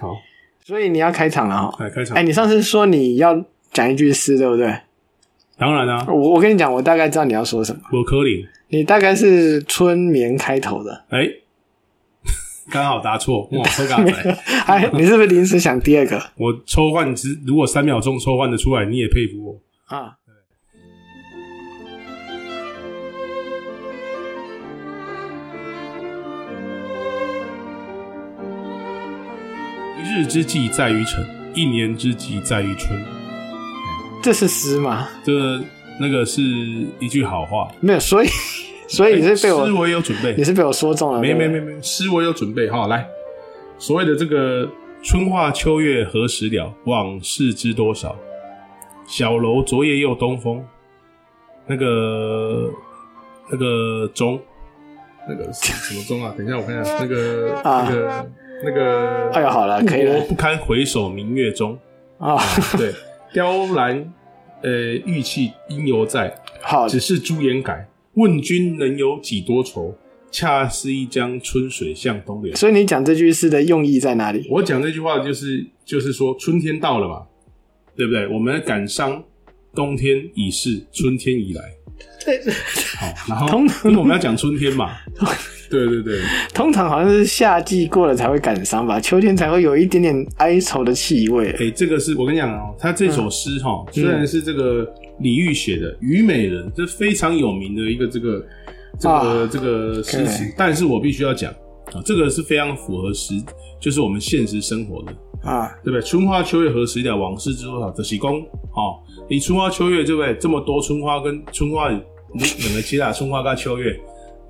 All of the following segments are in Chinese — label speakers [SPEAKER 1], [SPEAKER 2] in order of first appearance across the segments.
[SPEAKER 1] 好，
[SPEAKER 2] 所以你要开场了哈、
[SPEAKER 1] 来开场。
[SPEAKER 2] 哎、你上次说你要讲一句诗，对不对？
[SPEAKER 1] 当然啦、啊，
[SPEAKER 2] 我我跟你讲，我大概知道你要说什么。
[SPEAKER 1] 我柯林，
[SPEAKER 2] 你大概是春眠开头的，
[SPEAKER 1] 哎、 刚好答 错，哇，抽嘎仔，
[SPEAKER 2] 哎，你是不是临时想第二个
[SPEAKER 1] 我抽换之，如果三秒钟抽换的出来，你也佩服我。
[SPEAKER 2] 啊？
[SPEAKER 1] 一日之计在于晨，一年之计在于春。
[SPEAKER 2] 这是诗吗？
[SPEAKER 1] 这那个是一句好话，
[SPEAKER 2] 没有，所以 所以你是被我、
[SPEAKER 1] 哎诗我也有准备
[SPEAKER 2] 你，是被我说中了，
[SPEAKER 1] 没
[SPEAKER 2] 啊对不
[SPEAKER 1] 没
[SPEAKER 2] 对
[SPEAKER 1] 没没，诗我有准备哈。来，所谓的这个春话秋月何时了，往事知多少。小楼昨夜又东风，那个那个钟，那个什什么钟啊？等一下，我 看一下那个、
[SPEAKER 2] 啊
[SPEAKER 1] 那个那个，
[SPEAKER 2] 哎呦，好了，可以
[SPEAKER 1] 我
[SPEAKER 2] 了
[SPEAKER 1] 不堪回首明月中。
[SPEAKER 2] 啊、
[SPEAKER 1] 对，雕栏呃玉砌应犹在，
[SPEAKER 2] 好，
[SPEAKER 1] 啊只是朱颜改。问君能有几多愁？恰似一江春水向东流。
[SPEAKER 2] 所以你讲这句诗的用意在哪里？
[SPEAKER 1] 我讲这句话就是就是说春天到了嘛，对不对？我们感伤冬天已逝，春天已来。好，然后
[SPEAKER 2] 通
[SPEAKER 1] 因为我们要讲春天嘛，对对对，
[SPEAKER 2] 通常好像是夏季过了才会感伤吧，秋天才会有一点点哀愁的气味。
[SPEAKER 1] 哎、这个是我跟你讲哦、他这首诗哈、虽然是这个李煜写的《虞美人》，这非常有名的一个这个这个、
[SPEAKER 2] 啊
[SPEAKER 1] 这个诗词，但是我必须要讲啊，这个是非常符合实，就是我们现实生活的，
[SPEAKER 2] 啊，
[SPEAKER 1] 对不对？春花秋月何时了，往事知多少，这是公哦。你春花秋月对不对？这么多春花跟春花，你两个其他春花跟秋月，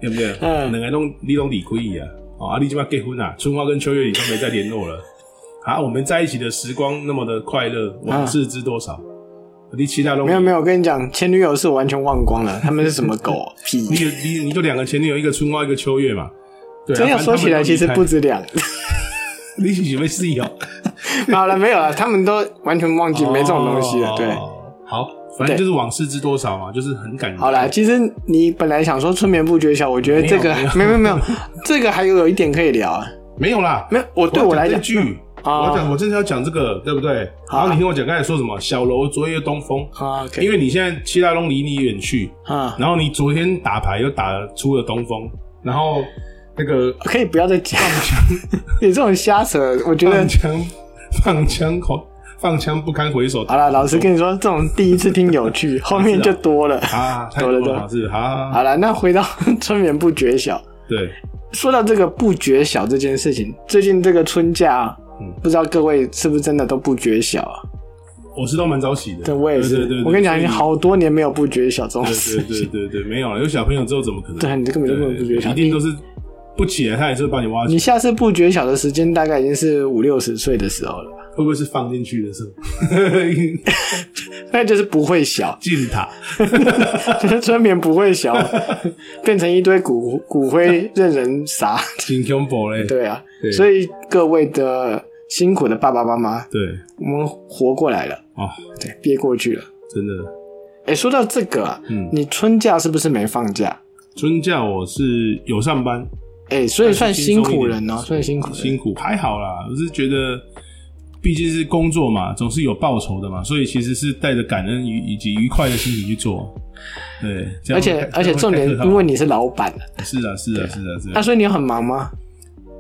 [SPEAKER 1] 对不对？
[SPEAKER 2] 嗯
[SPEAKER 1] 两个拢你拢离开伊啊，哦，啊，你即马结婚啊，春花跟秋月你都没再联络了。啊，我们在一起的时光那么的快乐，往事知多少？你其他都
[SPEAKER 2] 没有没有，我跟你讲，前女友是完全忘光了，他们是什么狗 啊
[SPEAKER 1] 你
[SPEAKER 2] 屁？
[SPEAKER 1] 有你你就两个前女友，一个春花，一个秋月嘛。对啊，
[SPEAKER 2] 真要
[SPEAKER 1] 反
[SPEAKER 2] 说
[SPEAKER 1] 正
[SPEAKER 2] 起来，
[SPEAKER 1] 他们都
[SPEAKER 2] 其
[SPEAKER 1] 离
[SPEAKER 2] 实
[SPEAKER 1] 开
[SPEAKER 2] 不，止两。
[SPEAKER 1] 你是没事 哦，
[SPEAKER 2] 好了，没有了，他们都完全忘记没这种东西了。对，
[SPEAKER 1] 哦好，反正就是往事知多少嘛，就是很感人。
[SPEAKER 2] 好啦，其实你本来想说春眠不觉晓，我觉得这个没
[SPEAKER 1] 没
[SPEAKER 2] 有没有没有，这个还有有一点可以聊啊。
[SPEAKER 1] 没有啦，
[SPEAKER 2] 没有，我对我来
[SPEAKER 1] 这
[SPEAKER 2] 讲，
[SPEAKER 1] 句，
[SPEAKER 2] 啊
[SPEAKER 1] 我讲我正是要讲这个，对不对？
[SPEAKER 2] 好
[SPEAKER 1] 然后你听我讲刚才说什么？小楼昨夜东风，
[SPEAKER 2] 啊，OK，
[SPEAKER 1] 因为你现在七大龙离你远去，
[SPEAKER 2] 啊，
[SPEAKER 1] 然后你昨天打牌又打出了东风，然后那个
[SPEAKER 2] 可以不要再讲， 你这种瞎扯，我觉得
[SPEAKER 1] 放枪放枪口放枪不堪回首
[SPEAKER 2] 好了。老实跟你说，这种第一次听有 趣，后面就多了。
[SPEAKER 1] 啊，太
[SPEAKER 2] 多
[SPEAKER 1] 多
[SPEAKER 2] 了
[SPEAKER 1] 了是啊，
[SPEAKER 2] 好了，那回到春眠不觉晓，
[SPEAKER 1] 对，
[SPEAKER 2] 说到这个不觉晓这件事情，最近这个春假、啊，
[SPEAKER 1] 嗯
[SPEAKER 2] 不知道各位是不是真的都不觉晓啊？
[SPEAKER 1] 我是都蛮早起的，
[SPEAKER 2] 这我也是，
[SPEAKER 1] 对对对，
[SPEAKER 2] 我跟你讲，已
[SPEAKER 1] 所以
[SPEAKER 2] 经好多年没有不觉晓这种事
[SPEAKER 1] 对
[SPEAKER 2] 情。
[SPEAKER 1] 对对对对，没有了，有小朋友之后怎么可能？
[SPEAKER 2] 对你根本就根本不觉
[SPEAKER 1] 对
[SPEAKER 2] 晓
[SPEAKER 1] 一定都是不起来，他也是会把你挖
[SPEAKER 2] 你
[SPEAKER 1] 起来，
[SPEAKER 2] 下次不觉晓的时间大概已经是五六十岁的时候了，
[SPEAKER 1] 会不会是放进去的时 候？，
[SPEAKER 2] 那就是不会晓
[SPEAKER 1] 进塔，
[SPEAKER 2] 就是春眠不会 晓，变成一堆骨骨灰任人撒。
[SPEAKER 1] 金胸堡嘞，
[SPEAKER 2] 对啊，
[SPEAKER 1] 对
[SPEAKER 2] 所以各位的辛苦的爸爸妈妈，
[SPEAKER 1] 对
[SPEAKER 2] 我们活过来了，
[SPEAKER 1] 哦，
[SPEAKER 2] 对，憋过去了。
[SPEAKER 1] 真的，
[SPEAKER 2] 哎，说到这个、啊，
[SPEAKER 1] 嗯
[SPEAKER 2] 你春假是不是没放假？
[SPEAKER 1] 春假我是有上班，
[SPEAKER 2] 哎、所以算辛苦人哦、
[SPEAKER 1] 但是轻松一点
[SPEAKER 2] 算辛苦人。
[SPEAKER 1] 辛苦还好啦，我是觉得毕竟是工作嘛，总是有报酬的嘛，所以其实是带着感恩与以及愉快的心情去做。对，这样
[SPEAKER 2] 而 且而且重点，
[SPEAKER 1] 这样会
[SPEAKER 2] 因为你是老板啊，
[SPEAKER 1] 是啊是啊是啊是
[SPEAKER 2] 那、
[SPEAKER 1] 啊，
[SPEAKER 2] 所以你很忙吗？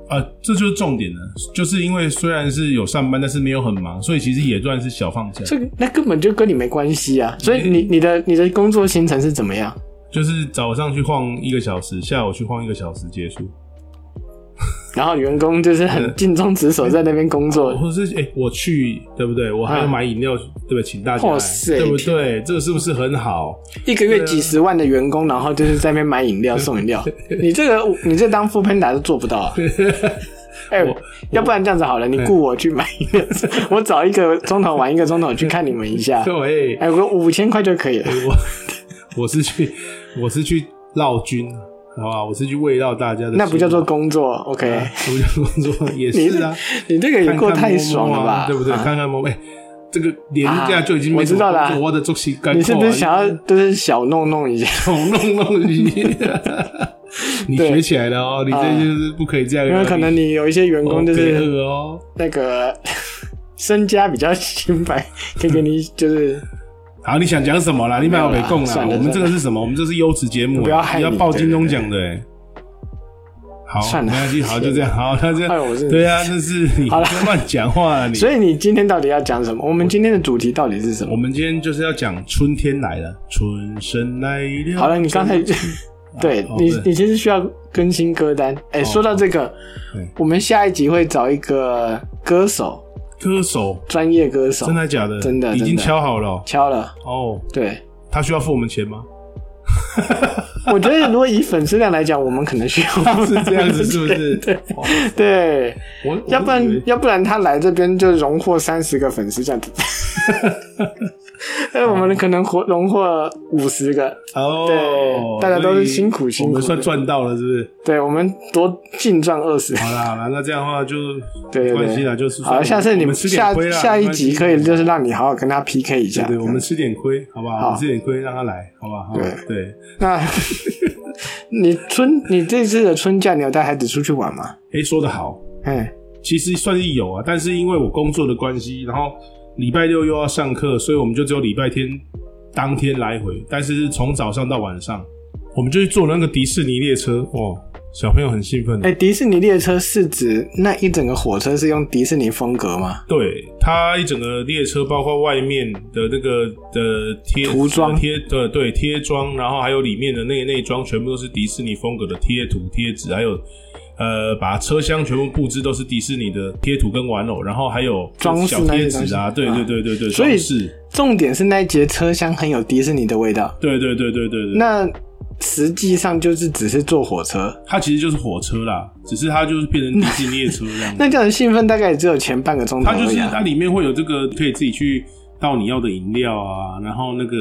[SPEAKER 1] 啊，这就是重点了，就是因为虽然是有上班，但是没有很忙，所以其实也算是小放假，
[SPEAKER 2] 这个那根本就跟你没关系啊。所以
[SPEAKER 1] 嗯
[SPEAKER 2] 你你的你的工作行程是怎么样？
[SPEAKER 1] 就是早上去晃一个小时，下午去晃一个小时结束。
[SPEAKER 2] 然后员工就是很尽忠职守在那边工作，
[SPEAKER 1] 或者是哎、欸我去对不对？我还要买饮料，对不对？请大家来
[SPEAKER 2] 哇塞
[SPEAKER 1] 对不对？这个是不是很好？
[SPEAKER 2] 一个月几十万的员工，然后就是在那边买饮料送饮料。你这个你这当副喷打是做不到 啊。哎、要不然这样子好了，你
[SPEAKER 1] 嗯
[SPEAKER 2] 雇我去买饮料， 我找一个钟头玩一个钟头去看你们一 下。
[SPEAKER 1] 对，
[SPEAKER 2] 哎、我五千块就可以了。
[SPEAKER 1] 我是去我是去绕军，好吧？我是去慰劳大家的啊心，
[SPEAKER 2] 那不叫做工作，OK？、
[SPEAKER 1] 不叫做工作，也
[SPEAKER 2] 你
[SPEAKER 1] 是啊，
[SPEAKER 2] 你这个也
[SPEAKER 1] 看看
[SPEAKER 2] 过
[SPEAKER 1] 摸摸
[SPEAKER 2] 太爽了吧？
[SPEAKER 1] 啊对不对？
[SPEAKER 2] 啊
[SPEAKER 1] 看看摸摸，哎、这个廉价就已经
[SPEAKER 2] 啊
[SPEAKER 1] 没
[SPEAKER 2] 我
[SPEAKER 1] 什
[SPEAKER 2] 知道
[SPEAKER 1] 么
[SPEAKER 2] 啦
[SPEAKER 1] 工作，我的作息干
[SPEAKER 2] 你是不是想要就是小弄弄一下？
[SPEAKER 1] 弄弄弄一下？你
[SPEAKER 2] 对
[SPEAKER 1] 学起来了哦，你这就是不可以这样，
[SPEAKER 2] 因为可能你有一些员
[SPEAKER 1] 啊你
[SPEAKER 2] 工就
[SPEAKER 1] 哦
[SPEAKER 2] 是
[SPEAKER 1] 被饿哦，
[SPEAKER 2] 那个 身家比较清白，可以给你就是
[SPEAKER 1] 好，你想讲什么啦？你不要北供啦！
[SPEAKER 2] 算了
[SPEAKER 1] 我们这个是什么？我们这是优质节目啊，
[SPEAKER 2] 不要害你
[SPEAKER 1] 要报金钟奖的、欸。好，
[SPEAKER 2] 算了
[SPEAKER 1] 没关系，好，就这样。好，他这
[SPEAKER 2] 哎我是
[SPEAKER 1] 对啊，这是你不
[SPEAKER 2] 好
[SPEAKER 1] 要
[SPEAKER 2] 了
[SPEAKER 1] 乱讲话啊！你，
[SPEAKER 2] 所以你今天到底要讲什么？我们今天的主题到底是什
[SPEAKER 1] 我
[SPEAKER 2] 么？
[SPEAKER 1] 们今天就是要讲春天来了，春生来了。
[SPEAKER 2] 好了，你刚才对
[SPEAKER 1] 哦
[SPEAKER 2] 你
[SPEAKER 1] 对，哦
[SPEAKER 2] 你其实需要更新歌单。哎，说到这个
[SPEAKER 1] 对，
[SPEAKER 2] 我们下一集会找一个歌手，
[SPEAKER 1] 歌手，
[SPEAKER 2] 专业歌手
[SPEAKER 1] 真，的假的？
[SPEAKER 2] 哦真的
[SPEAKER 1] 已经
[SPEAKER 2] 真的
[SPEAKER 1] 敲好了哦
[SPEAKER 2] 敲了。
[SPEAKER 1] 哦。
[SPEAKER 2] 对，
[SPEAKER 1] 他需要付我们 钱吗？
[SPEAKER 2] 我觉得如果以粉丝量来讲，我们可能需要
[SPEAKER 1] 是这样子，是不是？哦
[SPEAKER 2] 对，
[SPEAKER 1] 我
[SPEAKER 2] 要不
[SPEAKER 1] 我以
[SPEAKER 2] 然
[SPEAKER 1] 为
[SPEAKER 2] 要不然他来这边就荣获三十个粉丝 这样子。哎，我们可能获荣获五十个，
[SPEAKER 1] 哦，
[SPEAKER 2] 对大家都是
[SPEAKER 1] 所以
[SPEAKER 2] 辛苦辛苦的
[SPEAKER 1] 我们算赚到了，是不是？
[SPEAKER 2] 对我们多净赚二十。
[SPEAKER 1] 好啦好啦，那这样的话就
[SPEAKER 2] 对对
[SPEAKER 1] 没关系啦，就是
[SPEAKER 2] 好，下次你
[SPEAKER 1] 我们吃点
[SPEAKER 2] 下
[SPEAKER 1] 亏啦，
[SPEAKER 2] 下一
[SPEAKER 1] 没关系
[SPEAKER 2] 集可以就是让你好好跟他 PK 一下。
[SPEAKER 1] 对对，我们吃点亏，好不好？
[SPEAKER 2] 好
[SPEAKER 1] 我们吃点亏让他来，好不好？
[SPEAKER 2] 对
[SPEAKER 1] 对，
[SPEAKER 2] 那 你春你这次的春假，你有带孩子出去玩吗？
[SPEAKER 1] 哎，说得好，
[SPEAKER 2] 哎，
[SPEAKER 1] 其实算是有啊，但是因为我工作的关系，然后礼拜六又要上课，所以我们就只有礼拜天当天来回，但是是从早上到晚上，我们就去坐那个迪士尼列车，哦，小朋友很兴奋的。
[SPEAKER 2] 哎，迪士尼列车是指那一整个火车是用迪士尼风格吗？
[SPEAKER 1] 对，它一整个列车，包括外面的那个的贴
[SPEAKER 2] 涂装
[SPEAKER 1] 贴的对贴装，然后还有里面的那内装，全部都是迪士尼风格的贴图、贴纸，还有呃，把车厢全部布置都是迪士尼的贴图跟玩偶，然后还有
[SPEAKER 2] 装饰
[SPEAKER 1] 小
[SPEAKER 2] 那
[SPEAKER 1] 贴
[SPEAKER 2] 些东
[SPEAKER 1] 纸
[SPEAKER 2] 西
[SPEAKER 1] 啊，对对
[SPEAKER 2] 啊
[SPEAKER 1] 对对对，
[SPEAKER 2] 所以
[SPEAKER 1] 装饰，
[SPEAKER 2] 重点是那一节车厢很有迪士尼的味道。
[SPEAKER 1] 对对对对对对，
[SPEAKER 2] 那实际上就是只是坐火车，
[SPEAKER 1] 它其实就是火车啦，只是它就是变成迪士尼列车这样子。
[SPEAKER 2] 那叫人兴奋大概也只有前半个钟头
[SPEAKER 1] 它
[SPEAKER 2] 而
[SPEAKER 1] 就是
[SPEAKER 2] 已啊、
[SPEAKER 1] 它里面会有这个可以自己去倒你要的饮料啊，然后那个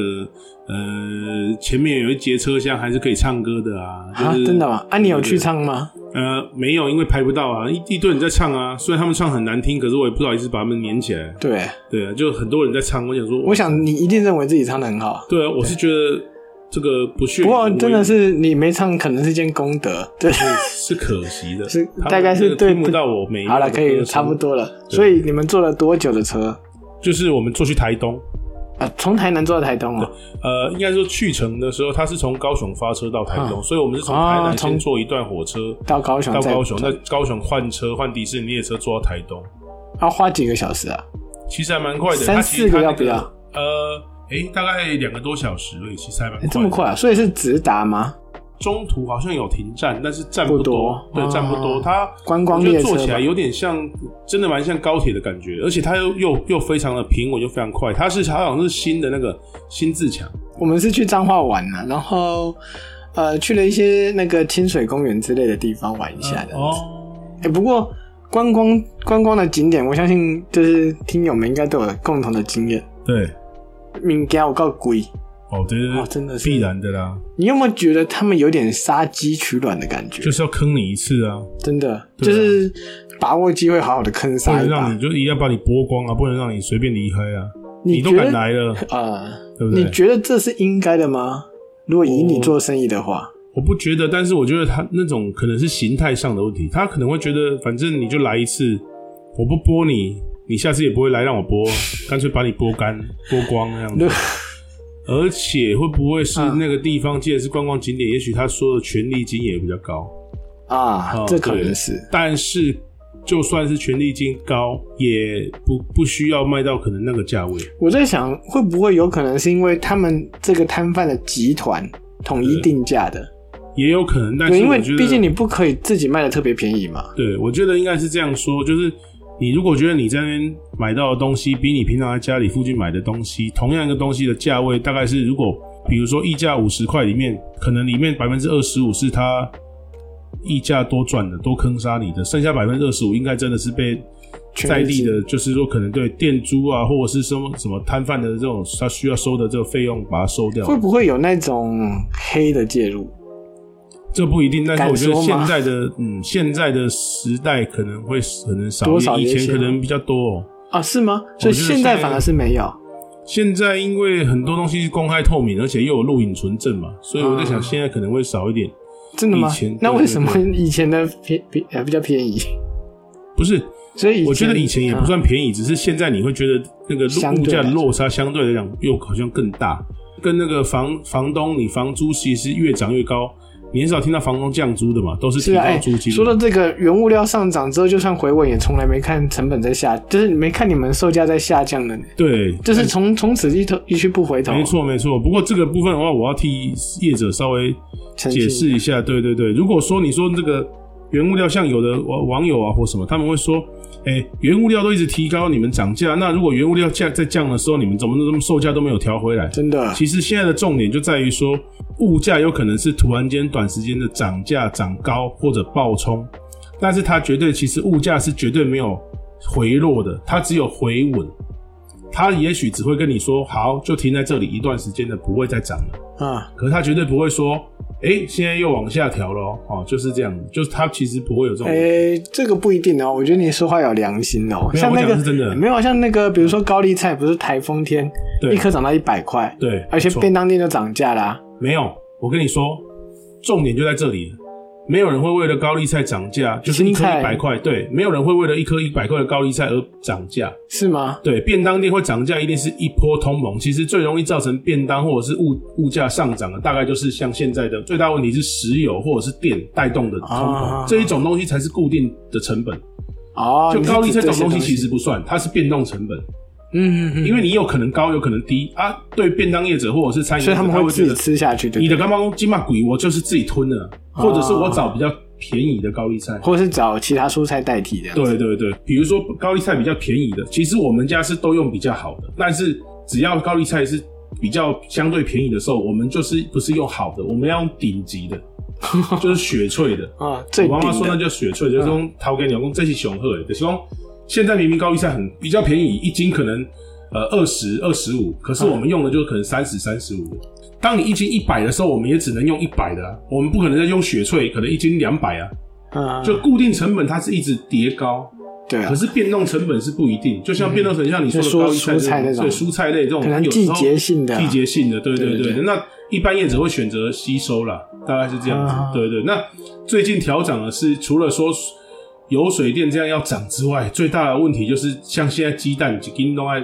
[SPEAKER 1] 呃前面有一节车厢还是可以唱歌的啊，
[SPEAKER 2] 啊
[SPEAKER 1] 就是、
[SPEAKER 2] 真的吗？啊，你有去？唱吗？
[SPEAKER 1] 呃，没有，因为排不到啊，一一堆人在唱啊，虽然他们唱很难听，可是我也不好意思把他们粘起来。
[SPEAKER 2] 对，
[SPEAKER 1] 对啊，就很多人在唱，我想说，
[SPEAKER 2] 我想你一定认为自己唱的很好。
[SPEAKER 1] 对啊，我是觉得这个不屑于
[SPEAKER 2] 不
[SPEAKER 1] 为，
[SPEAKER 2] 过真的是你没唱，可能是件功德。对，
[SPEAKER 1] 是可惜的，
[SPEAKER 2] 是
[SPEAKER 1] 他们
[SPEAKER 2] 大概是
[SPEAKER 1] 真的
[SPEAKER 2] 对
[SPEAKER 1] 听不到我没
[SPEAKER 2] 好了，可以差不，多了。所以你们坐了多久的车？
[SPEAKER 1] 就是我们坐去台东。
[SPEAKER 2] 啊，从台南坐到台东哦。
[SPEAKER 1] 呃，应该说去程的时候，他是从高雄发车到台东，
[SPEAKER 2] 嗯
[SPEAKER 1] 所以我们是从台
[SPEAKER 2] 啊
[SPEAKER 1] 南先
[SPEAKER 2] 从
[SPEAKER 1] 坐一段火车
[SPEAKER 2] 到高雄
[SPEAKER 1] 到
[SPEAKER 2] 再
[SPEAKER 1] 高雄，在高雄换车换迪士尼列车坐到台东，
[SPEAKER 2] 要花几个小时啊？其
[SPEAKER 1] 其实还蛮快的。
[SPEAKER 2] 三
[SPEAKER 1] 它其
[SPEAKER 2] 四
[SPEAKER 1] 实它
[SPEAKER 2] 个要
[SPEAKER 1] 那
[SPEAKER 2] 不要？
[SPEAKER 1] 呃，诶、大概两个多小时而已，其实还蛮快
[SPEAKER 2] 诶
[SPEAKER 1] 的、
[SPEAKER 2] 这么快啊？所以是直达吗？
[SPEAKER 1] 中途好像有停站，但是站
[SPEAKER 2] 不
[SPEAKER 1] 多，
[SPEAKER 2] 多
[SPEAKER 1] 对，
[SPEAKER 2] 哦
[SPEAKER 1] 站不多。它
[SPEAKER 2] 观光
[SPEAKER 1] 我觉得
[SPEAKER 2] 列车
[SPEAKER 1] 坐起来
[SPEAKER 2] 吧
[SPEAKER 1] 有点像，真的蛮像高铁的感觉，而且它又又又非常的平稳，又非常快。它是它好像是新的那个新自强。
[SPEAKER 2] 我们是去彰化玩啊，然后呃去了一些那个清水公园之类的地方玩一下的。哎、
[SPEAKER 1] 哦，
[SPEAKER 2] 不过观光观光的景点，我相信就是听友们应该都有共同的经验。
[SPEAKER 1] 对，
[SPEAKER 2] 民间有够贵，
[SPEAKER 1] 哦，对对对，
[SPEAKER 2] 哦真的是
[SPEAKER 1] 必然的啦。
[SPEAKER 2] 你有没有觉得他们有点杀鸡取卵的感觉？
[SPEAKER 1] 就是要坑你一次啊，
[SPEAKER 2] 真的，
[SPEAKER 1] 对
[SPEAKER 2] 就
[SPEAKER 1] 啊
[SPEAKER 2] 是把握机会好好的坑
[SPEAKER 1] 不
[SPEAKER 2] 杀
[SPEAKER 1] 能
[SPEAKER 2] 一
[SPEAKER 1] 让
[SPEAKER 2] 把
[SPEAKER 1] 你。就一定要把你剥光啊，不能让你随便离开啊。
[SPEAKER 2] 你
[SPEAKER 1] 都
[SPEAKER 2] 觉得
[SPEAKER 1] 敢来 了，
[SPEAKER 2] 呃，
[SPEAKER 1] 对不
[SPEAKER 2] 你
[SPEAKER 1] 对？哦
[SPEAKER 2] 觉得这是应该的吗？如果以你做生意的话，
[SPEAKER 1] 我不觉得，但是我觉得他那种可能是形态上的问题，他可能会觉得反正你就来一次，我不剥你，你下次也不会来让 我剥，干脆把你剥干、剥光那样子
[SPEAKER 2] 对。
[SPEAKER 1] 而且会不会是
[SPEAKER 2] 嗯
[SPEAKER 1] 那个地方，既然是观光景点，也许他说的权利金也比较高。
[SPEAKER 2] 啊，
[SPEAKER 1] 哦
[SPEAKER 2] 这可
[SPEAKER 1] 对
[SPEAKER 2] 能是
[SPEAKER 1] 但是就算是权利金高，也不不需要卖到可能那个价位。
[SPEAKER 2] 我在想，会不会有可能是因为他们这个摊贩的集团统一定价的？
[SPEAKER 1] 也有可能，但是
[SPEAKER 2] 对，因为
[SPEAKER 1] 我觉得
[SPEAKER 2] 毕竟你不可以自己卖的特别便宜嘛。
[SPEAKER 1] 对我觉得应该是这样说，就是你如果觉得你在那边买到的东西比你平常在家里附近买的东西，同样一个东西的价位大概是，如果比如说溢价五十块里面，可能里面百分之二十五是他溢价多赚的，多坑杀你的，剩下百分之二十五应该真的是被。
[SPEAKER 2] 权
[SPEAKER 1] 在
[SPEAKER 2] 利
[SPEAKER 1] 地
[SPEAKER 2] 金
[SPEAKER 1] 的，就是说可能对店租啊，或者是什么什么摊贩的这种他需要收的这个费用，把它收掉。
[SPEAKER 2] 会不会有那种黑的介入？
[SPEAKER 1] 这不一定，但是
[SPEAKER 2] 敢
[SPEAKER 1] 我觉得
[SPEAKER 2] 说
[SPEAKER 1] 现
[SPEAKER 2] 吗
[SPEAKER 1] 在的嗯，现在的时代可能会可能少
[SPEAKER 2] 多
[SPEAKER 1] 一点，
[SPEAKER 2] 少
[SPEAKER 1] 以
[SPEAKER 2] 一
[SPEAKER 1] 前
[SPEAKER 2] 些
[SPEAKER 1] 可
[SPEAKER 2] 吗
[SPEAKER 1] 能比较多、哦。
[SPEAKER 2] 啊？是吗？所以
[SPEAKER 1] 我觉得
[SPEAKER 2] 现在
[SPEAKER 1] 现在
[SPEAKER 2] 反而是没有。
[SPEAKER 1] 现在因为很多东西是公开透明，而且又有录影存证嘛，所以我在想
[SPEAKER 2] 嗯
[SPEAKER 1] 现在可能会少一点。
[SPEAKER 2] 真的吗
[SPEAKER 1] 以前？
[SPEAKER 2] 那
[SPEAKER 1] 对
[SPEAKER 2] 为什么
[SPEAKER 1] 对
[SPEAKER 2] 以前的便便呃比较便宜？
[SPEAKER 1] 不是，
[SPEAKER 2] 所以
[SPEAKER 1] 我觉得以前也不
[SPEAKER 2] 嗯
[SPEAKER 1] 算便宜，只是现在你会觉得那个
[SPEAKER 2] 相
[SPEAKER 1] 物
[SPEAKER 2] 对
[SPEAKER 1] 价
[SPEAKER 2] 来说
[SPEAKER 1] 落差相对来讲又好像更大，跟那个房房东你房租其实越涨越高，你很少听到房东降租的嘛，都是
[SPEAKER 2] 是
[SPEAKER 1] 提
[SPEAKER 2] 啊，
[SPEAKER 1] 高
[SPEAKER 2] 哎、
[SPEAKER 1] 租金。
[SPEAKER 2] 说到这个原物料上涨之后，就算回稳，也从来没看成本在下，就是没看你们售价在下降的，
[SPEAKER 1] 对，
[SPEAKER 2] 就是从从此一头一去不回头。
[SPEAKER 1] 没，错没错。不过这个部分的话，我要替业者稍微解释一下，对对对。如果说你说这个原物料，像有的网网友啊或什么，他们会说，哎、原物料都一直提高，你们涨价，那如果原物料价在降的时候，你们怎么怎么售价都没有调回来？
[SPEAKER 2] 真的
[SPEAKER 1] 其实现在的重点就在于说，物价有可能是突然间短时间的涨价、涨高或者暴冲，但是它绝对其实物价是绝对没有回落的，它只有回稳。它也许只会跟你说好，就停在这里一段时间的，不会再涨了。
[SPEAKER 2] 啊，
[SPEAKER 1] 可是它绝对不会说，哎、现在又往下调了哦，哦，就是这样子，就是它其实不会有这种。
[SPEAKER 2] 哎、这个不一定哦。我觉得你说话有良心哦，
[SPEAKER 1] 没有
[SPEAKER 2] 像那
[SPEAKER 1] 我
[SPEAKER 2] 个
[SPEAKER 1] 讲的是真的
[SPEAKER 2] 没有像那个，比如说高丽菜，不是台风天
[SPEAKER 1] 对
[SPEAKER 2] 一颗涨到一百块，
[SPEAKER 1] 对，
[SPEAKER 2] 而且
[SPEAKER 1] 没错
[SPEAKER 2] 便当店就涨价啦、
[SPEAKER 1] 没有，我跟你说，重点就在这里了。没有人会为了高丽菜涨价，就是一颗
[SPEAKER 2] 青菜
[SPEAKER 1] 一百块，对，没有人会为了一颗一百块的高丽菜而涨价。
[SPEAKER 2] 是吗？
[SPEAKER 1] 对，便当店会涨价，一定是一波通膨。其实最容易造成便当或者是物物价上涨的，大概就是像现在的最大问题是石油或者是电带动的通膨，
[SPEAKER 2] 啊
[SPEAKER 1] 这一种东西才是固定的成本。
[SPEAKER 2] 哦，
[SPEAKER 1] 就
[SPEAKER 2] 你是
[SPEAKER 1] 高丽
[SPEAKER 2] 指
[SPEAKER 1] 菜这种
[SPEAKER 2] 些
[SPEAKER 1] 东
[SPEAKER 2] 东
[SPEAKER 1] 西其实不算，它是变动成本，
[SPEAKER 2] 嗯嗯嗯，
[SPEAKER 1] 因为你有可能高，有可能低啊。对便当业者或者是餐饮
[SPEAKER 2] 所以
[SPEAKER 1] 业者，
[SPEAKER 2] 他们
[SPEAKER 1] 他
[SPEAKER 2] 会
[SPEAKER 1] 会
[SPEAKER 2] 自
[SPEAKER 1] 觉
[SPEAKER 2] 己
[SPEAKER 1] 得
[SPEAKER 2] 吃下去，对啊
[SPEAKER 1] 你
[SPEAKER 2] 不对，
[SPEAKER 1] 的干妈鸡嘛鬼，我就是自己吞的，或者是我找比较便宜的高丽菜。
[SPEAKER 2] 或是找其他蔬菜代替的。
[SPEAKER 1] 对对对，比如说高丽菜比较便宜的，其实我们家是都用比较好的，但是只要高丽菜是比较相对便宜的时候，我们就是不是用好的，我们要用顶级的，就是雪翠的。
[SPEAKER 2] 啊，
[SPEAKER 1] 我
[SPEAKER 2] 最
[SPEAKER 1] 妈妈
[SPEAKER 2] 顶
[SPEAKER 1] 说那
[SPEAKER 2] 的
[SPEAKER 1] 叫雪翠，就是用掏给你老公这是雄鹤，就是说现在明明高丽菜很比较便宜，一斤可能呃二十二十五，可是我们用的就是可能三十三十五。当你一斤一百的时候，我们也只能用一百的、啊，我们不可能再用雪翠，可能一斤两百啊。
[SPEAKER 2] 嗯，
[SPEAKER 1] 就固定成本它是一直叠高，
[SPEAKER 2] 对啊嗯
[SPEAKER 1] 可，是变动成本是不一定，就像变动成像你说的
[SPEAKER 2] 就
[SPEAKER 1] 高丽菜
[SPEAKER 2] 蔬菜
[SPEAKER 1] 这
[SPEAKER 2] 那种
[SPEAKER 1] 对蔬菜类这种，
[SPEAKER 2] 可能
[SPEAKER 1] 有时候
[SPEAKER 2] 季节性的啊
[SPEAKER 1] 季节性的，对对
[SPEAKER 2] 对对
[SPEAKER 1] 对。那一般业者会选择吸收啦，大概是这样子
[SPEAKER 2] 啊，
[SPEAKER 1] 对对。那最近调整的是，除了说油水电这样要涨之外，最大的问题就是像现在鸡蛋一斤都爱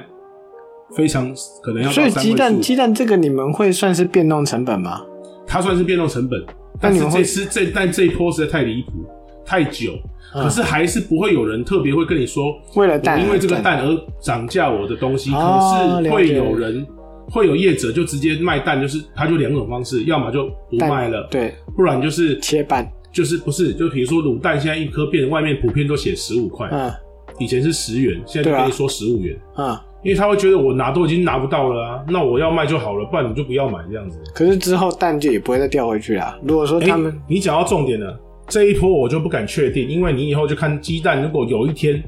[SPEAKER 1] 非常可能要到
[SPEAKER 2] 所以
[SPEAKER 1] 三
[SPEAKER 2] 鸡蛋
[SPEAKER 1] 位数
[SPEAKER 2] 鸡蛋这个你们会算是变动成本吗？
[SPEAKER 1] 它算是变动成本，
[SPEAKER 2] 那
[SPEAKER 1] 但
[SPEAKER 2] 你
[SPEAKER 1] 是
[SPEAKER 2] 们
[SPEAKER 1] 这
[SPEAKER 2] 会
[SPEAKER 1] 次这但这一波实在太离谱，太久，
[SPEAKER 2] 嗯
[SPEAKER 1] 可是还是不会有人特别会跟你说，
[SPEAKER 2] 为了蛋
[SPEAKER 1] 我因为这个
[SPEAKER 2] 而
[SPEAKER 1] 蛋而涨价我的东西，
[SPEAKER 2] 哦
[SPEAKER 1] 可是
[SPEAKER 2] 了
[SPEAKER 1] 会
[SPEAKER 2] 解
[SPEAKER 1] 有人会有业者就直接卖蛋，就是他就两种方式，要么就不
[SPEAKER 2] 蛋
[SPEAKER 1] 卖了，，
[SPEAKER 2] 对，
[SPEAKER 1] 不然就是
[SPEAKER 2] 切半，
[SPEAKER 1] 就是不是就比如说卤蛋现在一颗变外面普遍都写十五块，
[SPEAKER 2] 嗯
[SPEAKER 1] 以前是十元，现在
[SPEAKER 2] 对
[SPEAKER 1] 就
[SPEAKER 2] 啊
[SPEAKER 1] 跟你说十五元。
[SPEAKER 2] 嗯，
[SPEAKER 1] 因为他会觉得我拿都已经拿不到了啊，那我要卖就好了，不然你就不要买这样子。
[SPEAKER 2] 可是之后蛋就也不会再掉回去啦。如果说
[SPEAKER 1] 哎，
[SPEAKER 2] 他们
[SPEAKER 1] 你讲到重点了，这一波我就不敢确定，因为你以后就看鸡蛋，如果有一天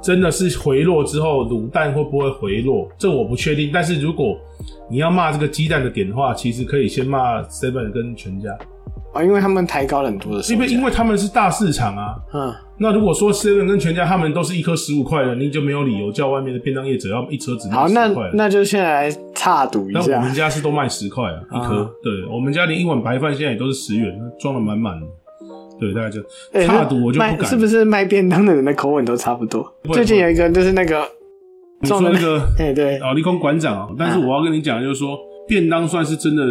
[SPEAKER 1] 真的是回落之后，卤蛋会不会回落，这我不确定。但是如果你要骂这个鸡蛋的点的话，其实可以先骂 Seven 跟全家，
[SPEAKER 2] 啊，因为他们抬高了很多的售
[SPEAKER 1] 因为
[SPEAKER 2] 价
[SPEAKER 1] 因，为他们是大市场啊。
[SPEAKER 2] 嗯，
[SPEAKER 1] 那如果说 Seven 跟全家他们都是一颗十五块的，你就没有理由叫外面的便当业者要一车只卖
[SPEAKER 2] 好，
[SPEAKER 1] 十
[SPEAKER 2] 那
[SPEAKER 1] 块了。
[SPEAKER 2] 那就现在来差赌一
[SPEAKER 1] 那我们
[SPEAKER 2] 下，
[SPEAKER 1] 家是都卖十块啊，一颗。
[SPEAKER 2] 啊
[SPEAKER 1] 对，我们家连一碗白饭现在也都是十元，装的满满的。对，大概就
[SPEAKER 2] 哎
[SPEAKER 1] 差
[SPEAKER 2] 那
[SPEAKER 1] 赌我就不
[SPEAKER 2] 卖
[SPEAKER 1] 敢。
[SPEAKER 2] 是不是卖便当的人的口吻都差不多？
[SPEAKER 1] 会
[SPEAKER 2] 最近有一个就是那个
[SPEAKER 1] 你说那个
[SPEAKER 2] 哎对，
[SPEAKER 1] 啊，立功馆长啊，但是
[SPEAKER 2] 啊
[SPEAKER 1] 我要跟你讲，就是说便当算是真的，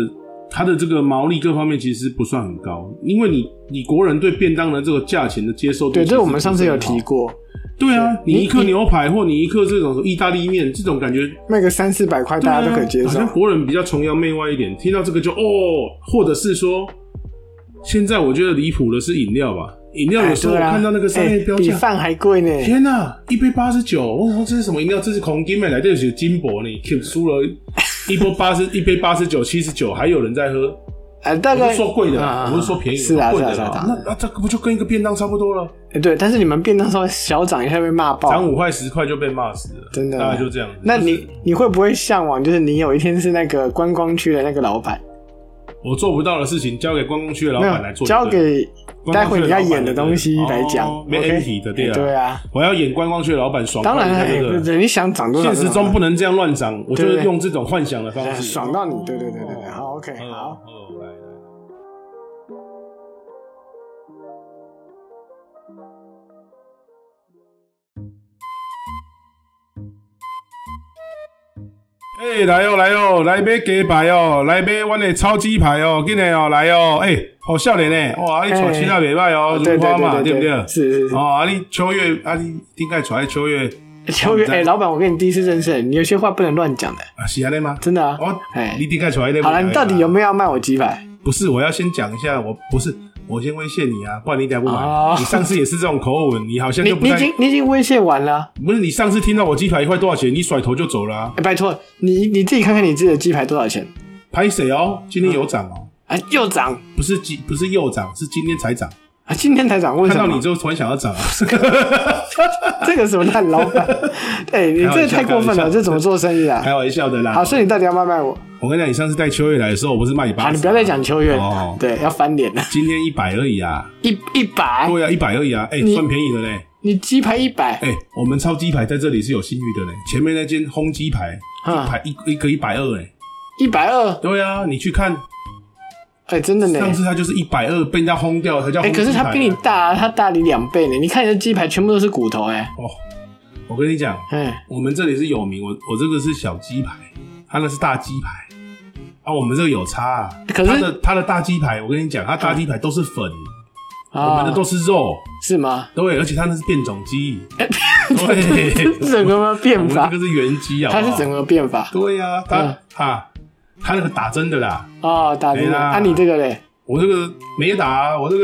[SPEAKER 1] 它的这个毛利各方面其实不算很高，因为你你国人对便当的这个价钱的接受度，
[SPEAKER 2] 对，这我们上次有提
[SPEAKER 1] 过。
[SPEAKER 2] 过，
[SPEAKER 1] 对啊，你
[SPEAKER 2] 对
[SPEAKER 1] 一
[SPEAKER 2] 你
[SPEAKER 1] 克牛排或你一克这种意大利面，这种感觉
[SPEAKER 2] 卖个三四百块
[SPEAKER 1] 对
[SPEAKER 2] 大
[SPEAKER 1] 啊
[SPEAKER 2] 家都可以接
[SPEAKER 1] 好
[SPEAKER 2] 受
[SPEAKER 1] 像。国人比较崇洋媚外一点，听到这个就哦，或者是说，现在我觉得离谱的是饮料吧，饮料有时候我
[SPEAKER 2] 哎对啊
[SPEAKER 1] 看到那个商业
[SPEAKER 2] 哎
[SPEAKER 1] 标
[SPEAKER 2] 比
[SPEAKER 1] 价，
[SPEAKER 2] 饭还贵呢。
[SPEAKER 1] 天呐、一杯八十九，我想这是什么饮料？这是红金美来，这是金箔呢，Keep 输了一波八十，一杯八十九、七十九，还有人在喝。
[SPEAKER 2] 哎，大
[SPEAKER 1] 我
[SPEAKER 2] 概
[SPEAKER 1] 是说贵的
[SPEAKER 2] 啊
[SPEAKER 1] 啦，我不是说便宜的，
[SPEAKER 2] 是啊，
[SPEAKER 1] 贵
[SPEAKER 2] 是啊，
[SPEAKER 1] 的
[SPEAKER 2] 是
[SPEAKER 1] 啦。
[SPEAKER 2] 啊。
[SPEAKER 1] 那那这个不就跟一个便当差不多了？
[SPEAKER 2] 哎，对，但是你们便当稍微小涨一下被骂爆
[SPEAKER 1] 涨，五块十块就被骂死了，
[SPEAKER 2] 真的
[SPEAKER 1] 大概就这样子。
[SPEAKER 2] 那
[SPEAKER 1] 就是
[SPEAKER 2] 你你会不会向往？就是你有一天是那个观光区的那个老板，
[SPEAKER 1] 我做不到的事情，交给观光区的老
[SPEAKER 2] 没
[SPEAKER 1] 板来
[SPEAKER 2] 有
[SPEAKER 1] 做，
[SPEAKER 2] 交给
[SPEAKER 1] 观光区的
[SPEAKER 2] 待会你要
[SPEAKER 1] 老板
[SPEAKER 2] 演的东西
[SPEAKER 1] 对
[SPEAKER 2] 来讲
[SPEAKER 1] 哦，没
[SPEAKER 2] OK？
[SPEAKER 1] 问题的对啊
[SPEAKER 2] 哎对啊，
[SPEAKER 1] 我要演观光区的老板爽快
[SPEAKER 2] 当然
[SPEAKER 1] 一
[SPEAKER 2] 了，
[SPEAKER 1] 下
[SPEAKER 2] 哎
[SPEAKER 1] 对不对
[SPEAKER 2] 对你想涨多少？
[SPEAKER 1] 现实中不能这样乱涨，我就
[SPEAKER 2] 对
[SPEAKER 1] 是
[SPEAKER 2] 对
[SPEAKER 1] 用这种幻想的方
[SPEAKER 2] 哎
[SPEAKER 1] 式哦
[SPEAKER 2] 爽到你，对对对对对，好，OK，
[SPEAKER 1] 嗯
[SPEAKER 2] 好。
[SPEAKER 1] 哦来来来哎、来哦，来哦，来杯鸡排哦，来杯我的超鸡排哦，进来哦，来哦，哎、好少年呢，哇，你娶妻那袂歹哦，
[SPEAKER 2] 对
[SPEAKER 1] 如
[SPEAKER 2] 对
[SPEAKER 1] 花
[SPEAKER 2] 对
[SPEAKER 1] 嘛，
[SPEAKER 2] 哎对
[SPEAKER 1] 对不对？
[SPEAKER 2] 是是是。
[SPEAKER 1] 哦，啊，你秋月，啊，你顶该娶的秋月，
[SPEAKER 2] 秋月，哎，老板，我跟你第一次认识，你有些话不能乱讲的，
[SPEAKER 1] 啊，是安尼吗？
[SPEAKER 2] 真的啊。
[SPEAKER 1] 哦，哎
[SPEAKER 2] 哎
[SPEAKER 1] 你顶该娶的。
[SPEAKER 2] 好了，你到底有？没有要卖我鸡排？
[SPEAKER 1] 哎不是，我要先讲一下，我不是，我先威胁你啊，不然你等下不买。
[SPEAKER 2] 哦
[SPEAKER 1] 你上次也是这种口吻，你好像
[SPEAKER 2] 你
[SPEAKER 1] 就不
[SPEAKER 2] 你已
[SPEAKER 1] 太
[SPEAKER 2] 经你已经威胁完了，
[SPEAKER 1] 不是，你上次听到我鸡排一块多少钱，你甩头就走了、啊，
[SPEAKER 2] 哎，拜托你你自己看看你自己的鸡排多少钱？
[SPEAKER 1] 拍谁哦？今天有涨哦，
[SPEAKER 2] 啊，又涨
[SPEAKER 1] 不是今不是又涨，是今天才涨。
[SPEAKER 2] 啊！今天才涨，为
[SPEAKER 1] 看
[SPEAKER 2] 什
[SPEAKER 1] 到你
[SPEAKER 2] 么？
[SPEAKER 1] 之后突然想要涨、啊，
[SPEAKER 2] 这个什么烂老 板？哎，你这个太过分
[SPEAKER 1] 开玩
[SPEAKER 2] 了，
[SPEAKER 1] 笑
[SPEAKER 2] 这怎么做生意啊？
[SPEAKER 1] 开玩笑的啦。
[SPEAKER 2] 好，所以你到底要不要卖我？
[SPEAKER 1] 我跟你讲，你上次带秋月来的时候，我不是骂你八十、
[SPEAKER 2] 啊，你不要再讲秋月了，
[SPEAKER 1] 哦
[SPEAKER 2] 对，要翻脸了，
[SPEAKER 1] 今天一百而已啊，
[SPEAKER 2] 一一百，
[SPEAKER 1] 对啊，一百而已啊，哎、
[SPEAKER 2] 你
[SPEAKER 1] 算便宜了嘞。
[SPEAKER 2] 你鸡排一百，
[SPEAKER 1] 哎、我们超鸡排在这里是有信誉的嘞，前面那间烘鸡排，
[SPEAKER 2] 啊
[SPEAKER 1] 一排一一个一百二哎，
[SPEAKER 2] 一百二，
[SPEAKER 1] 对啊，你去看
[SPEAKER 2] 哎，真的呢。
[SPEAKER 1] 上次它就是一百二被人家烘掉，才叫烘
[SPEAKER 2] 哎、
[SPEAKER 1] 鸡排、
[SPEAKER 2] 可是他比你大、啊，他大你两倍呢。你看你的鸡排全部都是骨头、哎，
[SPEAKER 1] 哦，我跟你讲，
[SPEAKER 2] 哎，
[SPEAKER 1] 我们这里是有名，我我这个是小鸡排，他那是大鸡排。啊，我们这个有差啊！
[SPEAKER 2] 哎可是
[SPEAKER 1] 他的他的大鸡排，我跟你讲，他大鸡排都是粉，我
[SPEAKER 2] 啊
[SPEAKER 1] 们的都是肉，
[SPEAKER 2] 是吗？
[SPEAKER 1] 对，而且它那是变种鸡，
[SPEAKER 2] 哎
[SPEAKER 1] 对，
[SPEAKER 2] 整个
[SPEAKER 1] 我
[SPEAKER 2] 变
[SPEAKER 1] 们
[SPEAKER 2] 法
[SPEAKER 1] 这，个是原鸡啊，
[SPEAKER 2] 它是整
[SPEAKER 1] 个
[SPEAKER 2] 个变法
[SPEAKER 1] 对呀、
[SPEAKER 2] 嗯
[SPEAKER 1] 它啊，它那个打针的啦，
[SPEAKER 2] 哦，打针
[SPEAKER 1] 没
[SPEAKER 2] 的。
[SPEAKER 1] 啦
[SPEAKER 2] 啊，你这个嘞，
[SPEAKER 1] 我这个没打啊，我这个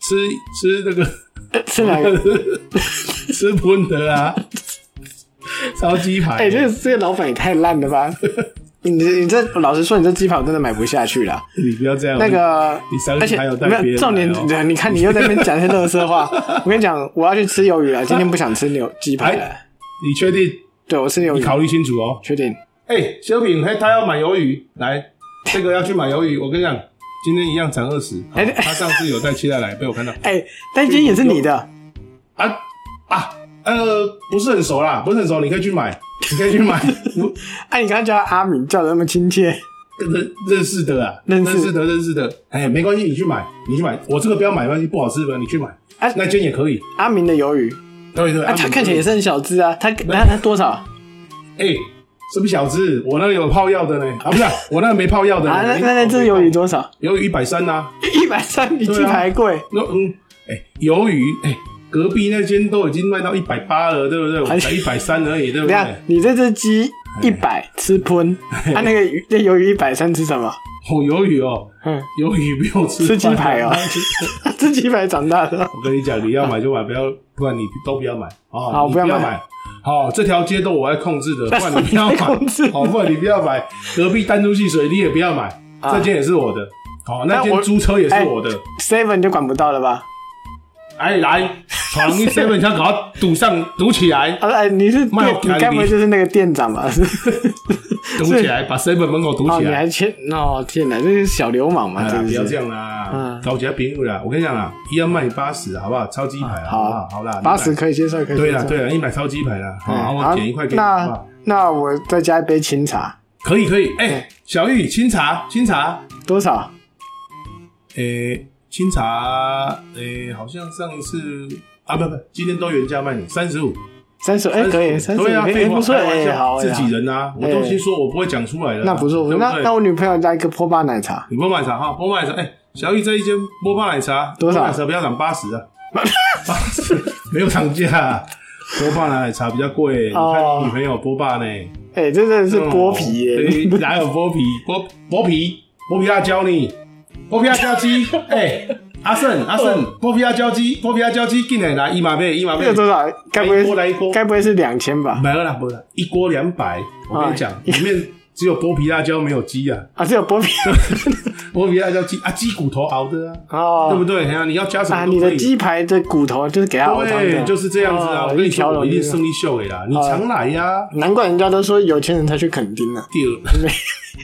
[SPEAKER 1] 吃吃那个
[SPEAKER 2] 呃是哪个？
[SPEAKER 1] 吃喷的啊， 烧鸡排，
[SPEAKER 2] 哎、这个这个老板也太烂了 吧！你这你这，老实说，你这鸡排我真的买不下去了。
[SPEAKER 1] 你不要这样，
[SPEAKER 2] 那个
[SPEAKER 1] 你伤
[SPEAKER 2] 而
[SPEAKER 1] 心
[SPEAKER 2] 且
[SPEAKER 1] 哎还有带别
[SPEAKER 2] 没
[SPEAKER 1] 人
[SPEAKER 2] 有重点
[SPEAKER 1] 来哦，
[SPEAKER 2] 对你看你又在那边讲一些乐色 话。我跟你讲，我要去吃鱿鱼了，今天不想吃牛鸡排了。
[SPEAKER 1] 你确定？
[SPEAKER 2] 对，我吃鱿
[SPEAKER 1] 哎你
[SPEAKER 2] 鱼，
[SPEAKER 1] 考虑清楚哦。
[SPEAKER 2] 确定？
[SPEAKER 1] 哎、小饼，嘿，他要买鱿鱼，来，这个要去买鱿鱼。我跟你讲，今天一样涨二十。好
[SPEAKER 2] 哎对
[SPEAKER 1] 他上次有带期待来，被我看到
[SPEAKER 2] 哎、但今天也是你的，
[SPEAKER 1] 啊啊，呃，不是很熟啦，不是很熟，你可以去买，你可以去买， 我
[SPEAKER 2] 哎、你刚刚叫他阿明，叫的那么亲切。
[SPEAKER 1] 认认识的啦，
[SPEAKER 2] 认识
[SPEAKER 1] 识的，认识的。哎、没关系，你去买，你去买，我这个不要买，没关系，不好吃的你去买，
[SPEAKER 2] 啊
[SPEAKER 1] 那间也可以。
[SPEAKER 2] 阿明的鱿鱼
[SPEAKER 1] 对对，
[SPEAKER 2] 啊，他看起来也
[SPEAKER 1] 是，
[SPEAKER 2] 是很小只啊，他那他多少啊？
[SPEAKER 1] 哎、什么小子，我那个有泡药的呢，啊，不是啊、我那个没泡药的呢。
[SPEAKER 2] 啊那
[SPEAKER 1] 哎
[SPEAKER 2] 那那这鱿鱼多少？
[SPEAKER 1] 鱿鱼一百三呐。
[SPEAKER 2] 一百三比鸡排还贵，
[SPEAKER 1] 那嗯，哎、鱿鱼，哎、隔壁那间都已经卖到一百八了，对不对？我
[SPEAKER 2] 还
[SPEAKER 1] 才一百三而已，对
[SPEAKER 2] 怎
[SPEAKER 1] 不啊
[SPEAKER 2] 么样
[SPEAKER 1] 对？？哎
[SPEAKER 2] 你这只鸡一百吃喷，啊，那个鱼那鱿鱼一百三吃什么？
[SPEAKER 1] 哦，鱿鱼哦，
[SPEAKER 2] 嗯，
[SPEAKER 1] 鱿鱼不用吃
[SPEAKER 2] 吃鸡
[SPEAKER 1] 饭啊
[SPEAKER 2] 排 哦吃鸡排长大的，
[SPEAKER 1] 我跟你讲，你要买就买，不要，不然你都不要买哦。
[SPEAKER 2] 好
[SPEAKER 1] 你
[SPEAKER 2] 不
[SPEAKER 1] 要
[SPEAKER 2] 要买
[SPEAKER 1] 买。好、这条街都我在控制的，不然你不要
[SPEAKER 2] 你在控
[SPEAKER 1] 买，
[SPEAKER 2] 制
[SPEAKER 1] 好、不然你不要买。隔壁丹珠汽水你也不要买，
[SPEAKER 2] 啊
[SPEAKER 1] 这间也是我的，好、那
[SPEAKER 2] 那
[SPEAKER 1] 间
[SPEAKER 2] 我
[SPEAKER 1] 租车也是
[SPEAKER 2] 哎
[SPEAKER 1] 我的。
[SPEAKER 2] seven 就管不到了吧？
[SPEAKER 1] 哎，来，闯一 seven 想搞它堵上，堵起来，
[SPEAKER 2] 啊，哎，你是
[SPEAKER 1] 卖
[SPEAKER 2] 店
[SPEAKER 1] 我，
[SPEAKER 2] 你
[SPEAKER 1] 干
[SPEAKER 2] 该不会
[SPEAKER 1] 爹
[SPEAKER 2] 就是那个店长 吧？是
[SPEAKER 1] 堵起来，把 seven 门口堵
[SPEAKER 2] 哦，
[SPEAKER 1] 起
[SPEAKER 2] 你
[SPEAKER 1] 来。
[SPEAKER 2] 还欠哦，天哪，这是小流氓嘛，
[SPEAKER 1] 啊哎呀，
[SPEAKER 2] 真
[SPEAKER 1] 不要
[SPEAKER 2] 的
[SPEAKER 1] 这
[SPEAKER 2] 是。
[SPEAKER 1] 样啦
[SPEAKER 2] 嗯，
[SPEAKER 1] 搞起来别啦。我跟你讲啦，一样卖你八十，好不好？超鸡排啊啦，好不好
[SPEAKER 2] 好，
[SPEAKER 1] 好啦，
[SPEAKER 2] 八十
[SPEAKER 1] 你买
[SPEAKER 2] 可以接受，可以接受。
[SPEAKER 1] 对啦，对啦，你买超鸡排啦，
[SPEAKER 2] 嗯，
[SPEAKER 1] 好，我点一块给你，好不
[SPEAKER 2] 那
[SPEAKER 1] 好？
[SPEAKER 2] 那我再加一杯清茶，
[SPEAKER 1] 可以，可以。哎，小玉，清茶，清茶，
[SPEAKER 2] 多少？
[SPEAKER 1] 哎，清茶，哎，好像上一次啊，不不，今天都原价卖你三十五，
[SPEAKER 2] 三十哎，可以，三十
[SPEAKER 1] 对啊，
[SPEAKER 2] 哎，
[SPEAKER 1] 废
[SPEAKER 2] 哎
[SPEAKER 1] 话
[SPEAKER 2] 不错，
[SPEAKER 1] 开玩
[SPEAKER 2] 哎，
[SPEAKER 1] 笑
[SPEAKER 2] 好，哎
[SPEAKER 1] 自己
[SPEAKER 2] 好
[SPEAKER 1] 人啊，我都
[SPEAKER 2] 哎
[SPEAKER 1] 先说，我不会讲出来的啦，啊
[SPEAKER 2] 那不错，
[SPEAKER 1] 对
[SPEAKER 2] 那
[SPEAKER 1] 对
[SPEAKER 2] 那我女朋友加一个波霸奶茶，
[SPEAKER 1] 你波霸奶茶哈，波霸奶茶，哎、小玉这一间波霸奶茶
[SPEAKER 2] 多少
[SPEAKER 1] 波霸奶茶不要涨八十啊， 八十没有涨价、啊，波霸奶茶比较贵、
[SPEAKER 2] 哦
[SPEAKER 1] 你看你女朋友波霸呢，
[SPEAKER 2] 哎、这真的是剥皮耶、
[SPEAKER 1] 嗯对哪有剥皮？剥剥皮，剥皮辣椒呢？剥皮辣椒 鸡，哎、阿胜阿胜，剥皮辣椒鸡，剥皮辣椒鸡，进来来一马贝一马
[SPEAKER 2] 这
[SPEAKER 1] 贝
[SPEAKER 2] 个，多少？ 该不
[SPEAKER 1] 来一锅来一锅
[SPEAKER 2] 会该不会是两千吧？
[SPEAKER 1] 没有啦，不啦，一锅两百，我跟你讲，
[SPEAKER 2] 哎
[SPEAKER 1] 里面只有剥皮辣椒没有鸡啊，
[SPEAKER 2] 啊，这有 剥皮
[SPEAKER 1] 剥皮辣椒鸡啊，鸡骨头熬的啊。对不
[SPEAKER 2] 哦。
[SPEAKER 1] 对？哎呀，你要加什
[SPEAKER 2] 啊，
[SPEAKER 1] 么都
[SPEAKER 2] 你
[SPEAKER 1] 可
[SPEAKER 2] 的
[SPEAKER 1] 以。
[SPEAKER 2] 鸡排的骨头就是给它熬汤
[SPEAKER 1] 对，
[SPEAKER 2] 的，
[SPEAKER 1] 就是这样子啊！
[SPEAKER 2] 哦
[SPEAKER 1] 我跟你说，
[SPEAKER 2] 条龙哦
[SPEAKER 1] 我一定
[SPEAKER 2] 就是
[SPEAKER 1] 胜利秀给啦，你常来呀。
[SPEAKER 2] 难怪人家都说有钱人才去垦丁呢、
[SPEAKER 1] 第二，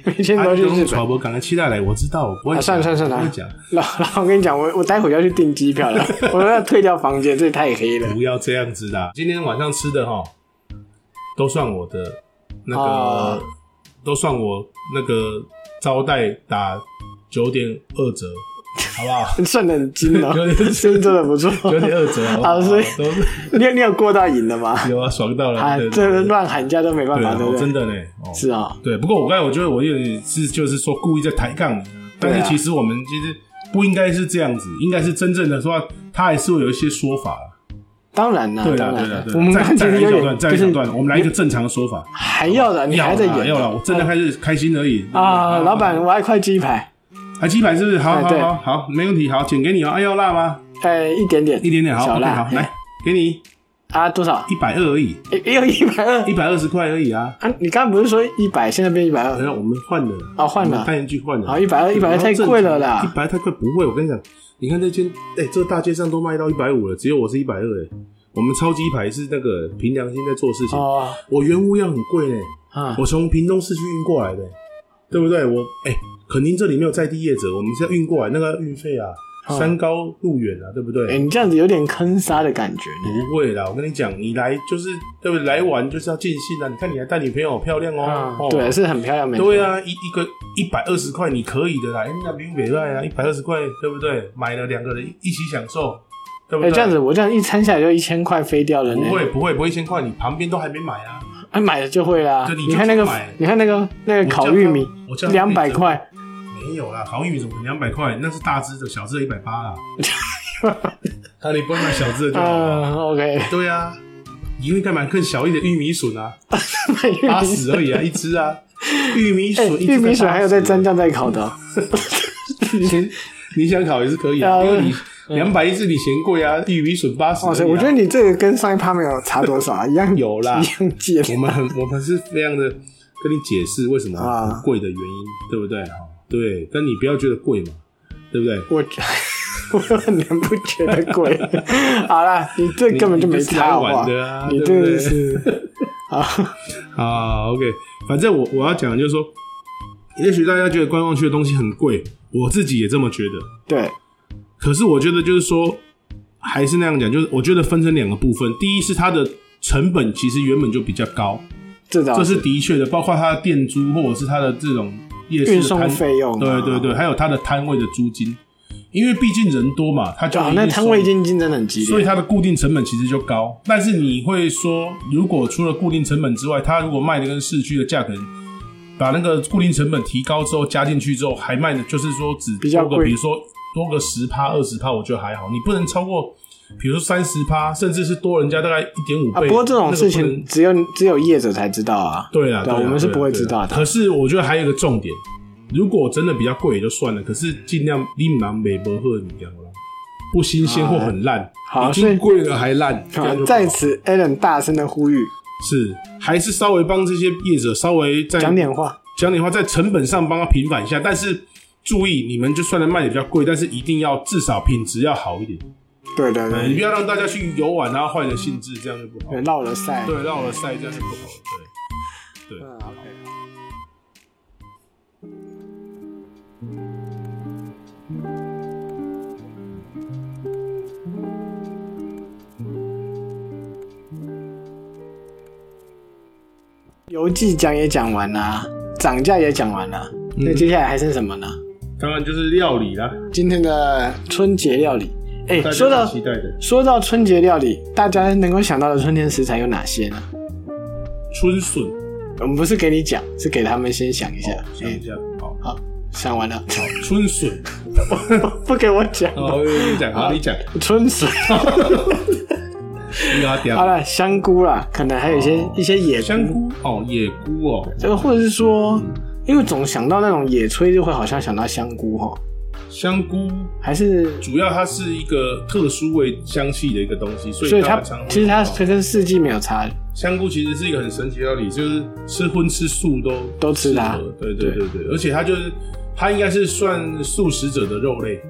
[SPEAKER 2] 每天
[SPEAKER 1] 啊
[SPEAKER 2] 都
[SPEAKER 1] 你
[SPEAKER 2] 去
[SPEAKER 1] 都
[SPEAKER 2] 日
[SPEAKER 1] 用
[SPEAKER 2] 本。
[SPEAKER 1] 传播赶快期待来，我知道，我不会
[SPEAKER 2] 啊
[SPEAKER 1] 讲，
[SPEAKER 2] 算了算了算了
[SPEAKER 1] 我不会讲，
[SPEAKER 2] 老老，我跟你讲，我我待会要去订机 票了，我要退掉房间，这也太黑了。
[SPEAKER 1] 不要这样子啦。今天晚上吃的哈，都算我的那个
[SPEAKER 2] 哦，
[SPEAKER 1] 都算我那个招待打九点二折，好不好？
[SPEAKER 2] 算的很精哦，
[SPEAKER 1] 有 点
[SPEAKER 2] 真的不错。
[SPEAKER 1] 九点二折好不
[SPEAKER 2] 好，所以
[SPEAKER 1] 都是
[SPEAKER 2] 你有你有过到瘾了吗？
[SPEAKER 1] 有啊，爽到了
[SPEAKER 2] 啊，
[SPEAKER 1] 对
[SPEAKER 2] 这
[SPEAKER 1] 对对
[SPEAKER 2] 乱喊价都没办
[SPEAKER 1] 对
[SPEAKER 2] 法，
[SPEAKER 1] 啊
[SPEAKER 2] 对不，对
[SPEAKER 1] 真？的呢，哦
[SPEAKER 2] 是啊，
[SPEAKER 1] 对，不过我刚才我觉得我有点是就是说故意在抬杠你啊，但
[SPEAKER 2] 对
[SPEAKER 1] 是
[SPEAKER 2] 啊
[SPEAKER 1] 其实我们其实不应该是这样子，应该是真正的说，他还是会有一些说法啦。
[SPEAKER 2] 当然啦，
[SPEAKER 1] 对
[SPEAKER 2] 当
[SPEAKER 1] 啦，
[SPEAKER 2] 然
[SPEAKER 1] 对啊啦，对
[SPEAKER 2] 我
[SPEAKER 1] 啦。
[SPEAKER 2] 们
[SPEAKER 1] 再
[SPEAKER 2] 刚
[SPEAKER 1] 再
[SPEAKER 2] 才其
[SPEAKER 1] 来一
[SPEAKER 2] 实
[SPEAKER 1] 小
[SPEAKER 2] 有点
[SPEAKER 1] 段，再
[SPEAKER 2] 就
[SPEAKER 1] 来一小
[SPEAKER 2] 是
[SPEAKER 1] 段，我们来一个正常的说法。
[SPEAKER 2] 还要的，你
[SPEAKER 1] 要
[SPEAKER 2] 还在
[SPEAKER 1] 啦
[SPEAKER 2] 演哎
[SPEAKER 1] 要了，我真的还是开心而已
[SPEAKER 2] 啊？老，板，我要一块鸡排，
[SPEAKER 1] 啊，鸡排是不是好
[SPEAKER 2] 哎
[SPEAKER 1] 好
[SPEAKER 2] 对
[SPEAKER 1] 好好，没问题，好，剪给你哦。哎，要辣吗？
[SPEAKER 2] 哎，一点点，
[SPEAKER 1] 一点点好
[SPEAKER 2] 小
[SPEAKER 1] ，OK，
[SPEAKER 2] 辣，
[SPEAKER 1] 好，来给你
[SPEAKER 2] 啊，多少？
[SPEAKER 1] 一百二而已，
[SPEAKER 2] 也有一百二
[SPEAKER 1] 一百二十块而已啊。
[SPEAKER 2] 啊！你刚刚不是说一百，现在变一百
[SPEAKER 1] 然
[SPEAKER 2] 二，
[SPEAKER 1] 后哎我们换了
[SPEAKER 2] 哦换了啊
[SPEAKER 1] 我们代言去换了，
[SPEAKER 2] 好，一百二，一百二太贵了啦
[SPEAKER 1] 一。百太贵不会，我跟你讲，你看这间，哎、这个大街上都卖到一百五了，只有我是一百二，哎，我们超级牌是那个凭良心在做事情，
[SPEAKER 2] 哦，
[SPEAKER 1] 我原物料很贵呢，
[SPEAKER 2] 啊，
[SPEAKER 1] 我从屏东市区运过来的，对不对？我哎、肯定这里没有在地业者，我们是要运过来，那个运费啊，
[SPEAKER 2] 嗯
[SPEAKER 1] 山高路远啊，对不对？
[SPEAKER 2] 哎，你这样子有点坑杀的感觉呢。
[SPEAKER 1] 不会啦，我跟你讲，你来就是对不对？来玩就是要尽兴啊！你看你还带女朋友，漂亮哦、
[SPEAKER 2] 啊
[SPEAKER 1] 哦，
[SPEAKER 2] 对，是很漂亮，没错
[SPEAKER 1] 对，啊，一一个一百二十块你可以的啦，哎那比北外啊，一百二十块对不对？买了两个人一起享受，对不啊哦
[SPEAKER 2] 哎，
[SPEAKER 1] 对？
[SPEAKER 2] 这样子我这样一餐下来就一千块飞掉了呢。
[SPEAKER 1] 不会不会不会一千块，你旁边都还没买啊，
[SPEAKER 2] 哎，买了就会啦。
[SPEAKER 1] 对你就
[SPEAKER 2] 你看那个
[SPEAKER 1] 去买，
[SPEAKER 2] 你看那个那个
[SPEAKER 1] 我
[SPEAKER 2] 烤
[SPEAKER 1] 叫
[SPEAKER 2] 玉
[SPEAKER 1] 他
[SPEAKER 2] 米，
[SPEAKER 1] 我叫他
[SPEAKER 2] 两百
[SPEAKER 1] 变成
[SPEAKER 2] 块，
[SPEAKER 1] 没有啦，烤玉米怎么两百块？那是大只的，小只的一百 八啦。那你不会买小只的就好了。
[SPEAKER 2] 嗯，OK，
[SPEAKER 1] 对啊，你会干嘛？更小一点玉米笋啊，
[SPEAKER 2] 买 玉
[SPEAKER 1] 八
[SPEAKER 2] 米，
[SPEAKER 1] 十而已啊，一只 啊，玉米
[SPEAKER 2] 哎，
[SPEAKER 1] 笋一只
[SPEAKER 2] 玉米
[SPEAKER 1] 才
[SPEAKER 2] 笋还有
[SPEAKER 1] 80
[SPEAKER 2] 在蘸酱在烤的哦，
[SPEAKER 1] 你 你想烤也是可以啊，
[SPEAKER 2] 啊
[SPEAKER 1] 因为你两百一只你嫌贵啊，玉米笋八十、
[SPEAKER 2] 哇塞，我觉得你这个跟上一趴没有差多少啊，一样
[SPEAKER 1] 有啦
[SPEAKER 2] 一样 贱
[SPEAKER 1] 我们很我们是非常的跟你解释为什么
[SPEAKER 2] 啊
[SPEAKER 1] 很贵的原因，对不对？哈，对，但你不要觉得贵嘛，对不对？
[SPEAKER 2] 我 我很难不觉得贵。 好啦，你这根本就没差好不好
[SPEAKER 1] 你就是来玩的啊
[SPEAKER 2] 你
[SPEAKER 1] 对
[SPEAKER 2] 这
[SPEAKER 1] 不
[SPEAKER 2] 个
[SPEAKER 1] 对
[SPEAKER 2] 是啊，
[SPEAKER 1] 啊，OK，反正我我要讲的就是说，也许大家觉得观光区的东西很贵，我自己也这么觉得，
[SPEAKER 2] 对，
[SPEAKER 1] 可是我觉得就是说，还是那样讲，就是我觉得分成两个部分，第一是它的成本其实原本就比较高，
[SPEAKER 2] 这倒啊
[SPEAKER 1] 这是的确的，包括它的店租或者是它的这种夜市
[SPEAKER 2] 运
[SPEAKER 1] 的
[SPEAKER 2] 送
[SPEAKER 1] 摊
[SPEAKER 2] 费用啊
[SPEAKER 1] 对对对，还有它的摊位的租金，因为毕竟人多嘛，它就
[SPEAKER 2] 啊
[SPEAKER 1] 一，定
[SPEAKER 2] 那摊位
[SPEAKER 1] 收
[SPEAKER 2] 竞竞争很激
[SPEAKER 1] 所以
[SPEAKER 2] 烈，
[SPEAKER 1] 它的固定成本其实就高。但是你会说，如果除了固定成本之外，它如果卖的跟市区的价格，把那个固定成本提高之后加进去之后，还卖的就是说只
[SPEAKER 2] 比较
[SPEAKER 1] 多个，
[SPEAKER 2] 贵
[SPEAKER 1] 比如说多个十趴、二十趴，我觉得还好，你不能超过。比如说三十趴，甚至是多人家大概一点五
[SPEAKER 2] 啊，
[SPEAKER 1] 倍。
[SPEAKER 2] 不过这
[SPEAKER 1] 那
[SPEAKER 2] 种
[SPEAKER 1] 个
[SPEAKER 2] 事
[SPEAKER 1] 不能
[SPEAKER 2] 情只有只有业者才知道啊。
[SPEAKER 1] 对啦，
[SPEAKER 2] 对啊
[SPEAKER 1] 啦
[SPEAKER 2] 我们是
[SPEAKER 1] 对啦
[SPEAKER 2] 不会
[SPEAKER 1] 对
[SPEAKER 2] 知
[SPEAKER 1] 啦
[SPEAKER 2] 道的
[SPEAKER 1] 可是我觉得还有一个重点，如果真的比较贵也就算了，可是尽量你拿美博或米浆啦，不新鲜或很烂，
[SPEAKER 2] 好
[SPEAKER 1] 已
[SPEAKER 2] 所以
[SPEAKER 1] 经贵了还烂，这
[SPEAKER 2] 啊
[SPEAKER 1] 样就不好
[SPEAKER 2] 在此 a l a n 大声的呼吁，
[SPEAKER 1] 是还是稍微帮这些业者稍微在
[SPEAKER 2] 讲点话。
[SPEAKER 1] 讲点话，在成本上帮他平反一下，但是。注意，你们就算能卖的比较贵，但是一定要至少品质要好一点，
[SPEAKER 2] 对对
[SPEAKER 1] 对你
[SPEAKER 2] 对，
[SPEAKER 1] 不要让大家去游玩，然后坏了兴致，这样就不好
[SPEAKER 2] 对。绕了赛。
[SPEAKER 1] 对，绕了赛这样就不好了。对。
[SPEAKER 2] 嗯，OK。游记讲也讲完啦，涨价也讲完了，那接下来还剩什么呢？
[SPEAKER 1] 当然就是料理啦，
[SPEAKER 2] 今天的春节料理，哎、
[SPEAKER 1] 大
[SPEAKER 2] 说
[SPEAKER 1] 家
[SPEAKER 2] 到
[SPEAKER 1] 期待的
[SPEAKER 2] 说到春节料理，大家能够想到的春天食材有哪些呢？
[SPEAKER 1] 春笋。
[SPEAKER 2] 我们不是给你讲，是给他们先想一下。
[SPEAKER 1] 哦想
[SPEAKER 2] 哎
[SPEAKER 1] 一下，好，
[SPEAKER 2] 好，想完了，
[SPEAKER 1] 春笋，
[SPEAKER 2] 不给我讲
[SPEAKER 1] 哦，你讲，好，你讲，
[SPEAKER 2] 春 笋。
[SPEAKER 1] 你给他
[SPEAKER 2] 好
[SPEAKER 1] 点。
[SPEAKER 2] 了，香菇啦，可能还有一些、
[SPEAKER 1] 哦
[SPEAKER 2] 一些野
[SPEAKER 1] 香
[SPEAKER 2] 菇，
[SPEAKER 1] 菇，嗯哦，野菇哦，
[SPEAKER 2] 这个或者是说，因为总想到那种野炊，就会好像想到香菇哈，
[SPEAKER 1] 香菇
[SPEAKER 2] 还是
[SPEAKER 1] 主要它是一个特殊味香气的一个东西，所
[SPEAKER 2] 所以
[SPEAKER 1] 以
[SPEAKER 2] 它
[SPEAKER 1] 大家常会
[SPEAKER 2] 其实它
[SPEAKER 1] 用到
[SPEAKER 2] 它跟四季没有差。
[SPEAKER 1] 香菇其实是一个很神奇的料理，就是吃荤吃素都
[SPEAKER 2] 都吃的啊
[SPEAKER 1] 适合对对对对，而且它就是它应该是算素食者的肉类，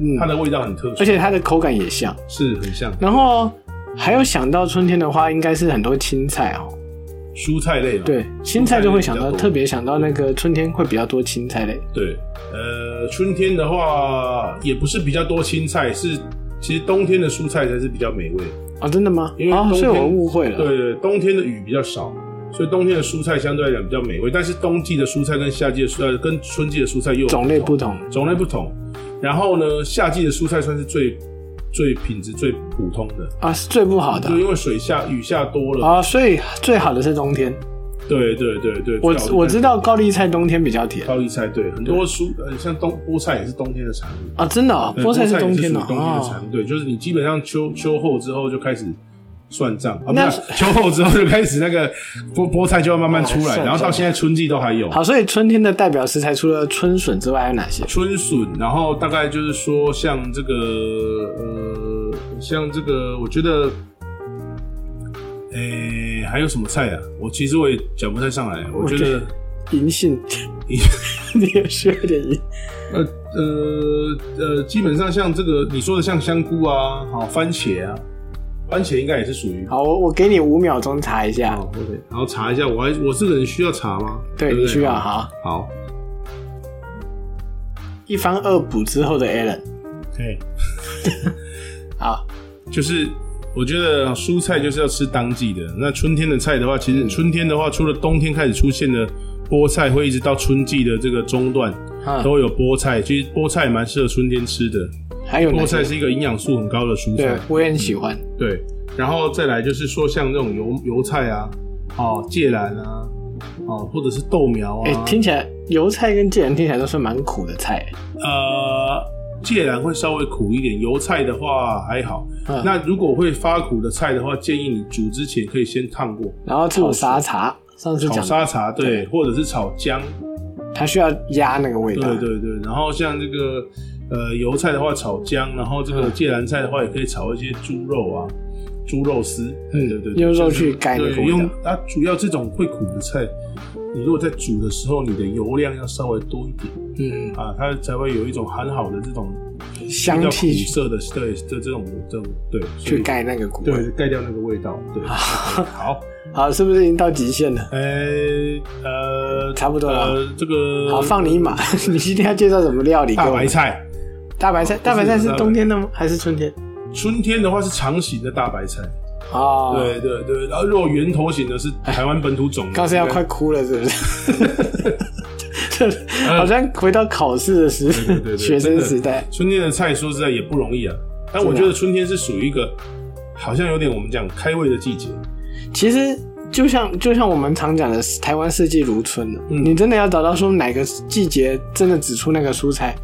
[SPEAKER 2] 嗯，
[SPEAKER 1] 它的味道很特殊
[SPEAKER 2] 而，且它的口感也像。
[SPEAKER 1] 是很像
[SPEAKER 2] 然后还有想到春天的话，应该是很多青菜哦。
[SPEAKER 1] 蔬菜类嘛。
[SPEAKER 2] 对，青菜就会想
[SPEAKER 1] 蔬菜
[SPEAKER 2] 到，
[SPEAKER 1] 类比较多
[SPEAKER 2] 特别想到那个春天会比较多青菜类。
[SPEAKER 1] 对，呃，春天的话也不是比较多青菜，是其实冬天的蔬菜才是比较美味。
[SPEAKER 2] 哦，真的吗？
[SPEAKER 1] 因为
[SPEAKER 2] 哦
[SPEAKER 1] 冬，
[SPEAKER 2] 所以
[SPEAKER 1] 天
[SPEAKER 2] 我误会了。
[SPEAKER 1] 对对，冬天的雨比较少，所以冬天的蔬菜相对来讲比较美味。但是冬季的蔬菜跟夏季的蔬菜跟春季的蔬菜又有
[SPEAKER 2] 种类不同
[SPEAKER 1] 种类不同。然后呢，夏季的蔬菜算是最最品质最普通的，
[SPEAKER 2] 啊，是最不好的
[SPEAKER 1] 就因为水下雨下多了。
[SPEAKER 2] 啊，所以最好的是冬天。
[SPEAKER 1] 对对对对，
[SPEAKER 2] 我
[SPEAKER 1] 最好是啊
[SPEAKER 2] 我知道高丽菜冬天比较甜
[SPEAKER 1] 高丽菜，对很多蔬呃像冬菠菜也是冬天的产物，
[SPEAKER 2] 啊，真的哦，
[SPEAKER 1] 呃
[SPEAKER 2] 菠菜是冬
[SPEAKER 1] 也
[SPEAKER 2] 天
[SPEAKER 1] 属
[SPEAKER 2] 的
[SPEAKER 1] 于冬天的产
[SPEAKER 2] 哦。
[SPEAKER 1] 物，对，就是你基本上秋秋后之后就开始。算账啊，不
[SPEAKER 2] 那
[SPEAKER 1] 是秋后之后就开始那个菠菠菜就要慢慢出
[SPEAKER 2] 哦
[SPEAKER 1] 来，
[SPEAKER 2] 算
[SPEAKER 1] 然后到
[SPEAKER 2] 账
[SPEAKER 1] 现在春季都还有。
[SPEAKER 2] 好，所以春天的代表食材除了春笋之外，还有哪些？
[SPEAKER 1] 春笋，然后大概就是说像这个呃，像这个，我觉得，诶、还有什么菜啊？我其实我也讲不太上来，我觉得
[SPEAKER 2] 银杏， 你也是有点银
[SPEAKER 1] 呃呃呃，基本上像这个你说的像香菇啊，好番茄啊，番茄应该也是属于。
[SPEAKER 2] 好，我我给你五秒钟查一下。
[SPEAKER 1] 好，OK，然哦后查一下，我还我这个人需要查吗？
[SPEAKER 2] 啊对，
[SPEAKER 1] 不
[SPEAKER 2] 你需要。好，
[SPEAKER 1] 好，
[SPEAKER 2] 一番恶补之后的 Alan。
[SPEAKER 1] 哎，
[SPEAKER 2] 好，
[SPEAKER 1] 就是我觉得蔬菜就是要吃当季的。那春天的菜的话，其
[SPEAKER 2] 嗯
[SPEAKER 1] 实春天的话，除了冬天开始出现的菠菜，会一直到春季的这个中段
[SPEAKER 2] 嗯，
[SPEAKER 1] 啊都有菠菜。其实菠菜蛮适合春天吃的，
[SPEAKER 2] 还有
[SPEAKER 1] 菠
[SPEAKER 2] 哪
[SPEAKER 1] 菜
[SPEAKER 2] 些？
[SPEAKER 1] 是一个营养素很高的蔬
[SPEAKER 2] 对
[SPEAKER 1] 菜。，嗯
[SPEAKER 2] 我也很喜欢。
[SPEAKER 1] 对，然后再来就是说像这种油油菜啊，哦，芥兰啊，哦，或者是豆苗
[SPEAKER 2] 哎，
[SPEAKER 1] 啊，
[SPEAKER 2] 听起来油菜跟芥兰听起来都是蛮苦的菜。
[SPEAKER 1] 呃，芥兰会稍微苦一点，油菜的话还好。
[SPEAKER 2] 嗯，
[SPEAKER 1] 那如果会发苦的菜的话，建议你煮之前可以先烫过。
[SPEAKER 2] 然后炒沙茶，上次
[SPEAKER 1] 炒
[SPEAKER 2] 讲的
[SPEAKER 1] 沙茶，对，
[SPEAKER 2] 对
[SPEAKER 1] 或者是炒姜，
[SPEAKER 2] 它需要压那个味
[SPEAKER 1] 对
[SPEAKER 2] 道。
[SPEAKER 1] 对对。然后像这个呃油菜的话，炒姜，然后这个
[SPEAKER 2] 嗯
[SPEAKER 1] 芥兰菜的话，也可以炒一些猪肉啊，猪肉丝，
[SPEAKER 2] 嗯
[SPEAKER 1] 对对对，
[SPEAKER 2] 用肉
[SPEAKER 1] 就是
[SPEAKER 2] 去盖那个
[SPEAKER 1] 对，
[SPEAKER 2] 味道
[SPEAKER 1] 用它主要这种会苦的菜，你如果在煮的时候，你的油量要稍微多一点
[SPEAKER 2] 嗯，
[SPEAKER 1] 啊，它才会有一种很好的这种比较
[SPEAKER 2] 香
[SPEAKER 1] 苦
[SPEAKER 2] 气
[SPEAKER 1] 涩的，对的这种这种对，所
[SPEAKER 2] 去
[SPEAKER 1] 以
[SPEAKER 2] 盖那个苦味
[SPEAKER 1] 对。盖掉那个味道，对，好。
[SPEAKER 2] 好，是不是已经到极限了？
[SPEAKER 1] 呃呃，
[SPEAKER 2] 差不多了
[SPEAKER 1] 呃，这个
[SPEAKER 2] 好，放你一马。 你今天要介绍什么料理给
[SPEAKER 1] 大
[SPEAKER 2] 我
[SPEAKER 1] 白
[SPEAKER 2] 们？
[SPEAKER 1] 菜，
[SPEAKER 2] 大白菜，大白菜是
[SPEAKER 1] 大白
[SPEAKER 2] 冬天的吗？还是春天？
[SPEAKER 1] 春天的话是长型的大白菜，
[SPEAKER 2] 哦，，
[SPEAKER 1] 对对对。然后如果圆头型的是台湾本土种 的，
[SPEAKER 2] 刚才要啊快哭了，是不 是？好像回到考试的时
[SPEAKER 1] 嗯对对对对
[SPEAKER 2] 学生时代
[SPEAKER 1] 对。春天的菜，说实在也不容易啊。但我觉得春天是属于一个好像有点我们讲开胃的季节，
[SPEAKER 2] 其实就像就像我们常讲的，台湾四季如春的，
[SPEAKER 1] 嗯
[SPEAKER 2] 你真的要找到说哪个季节真的指出那个蔬菜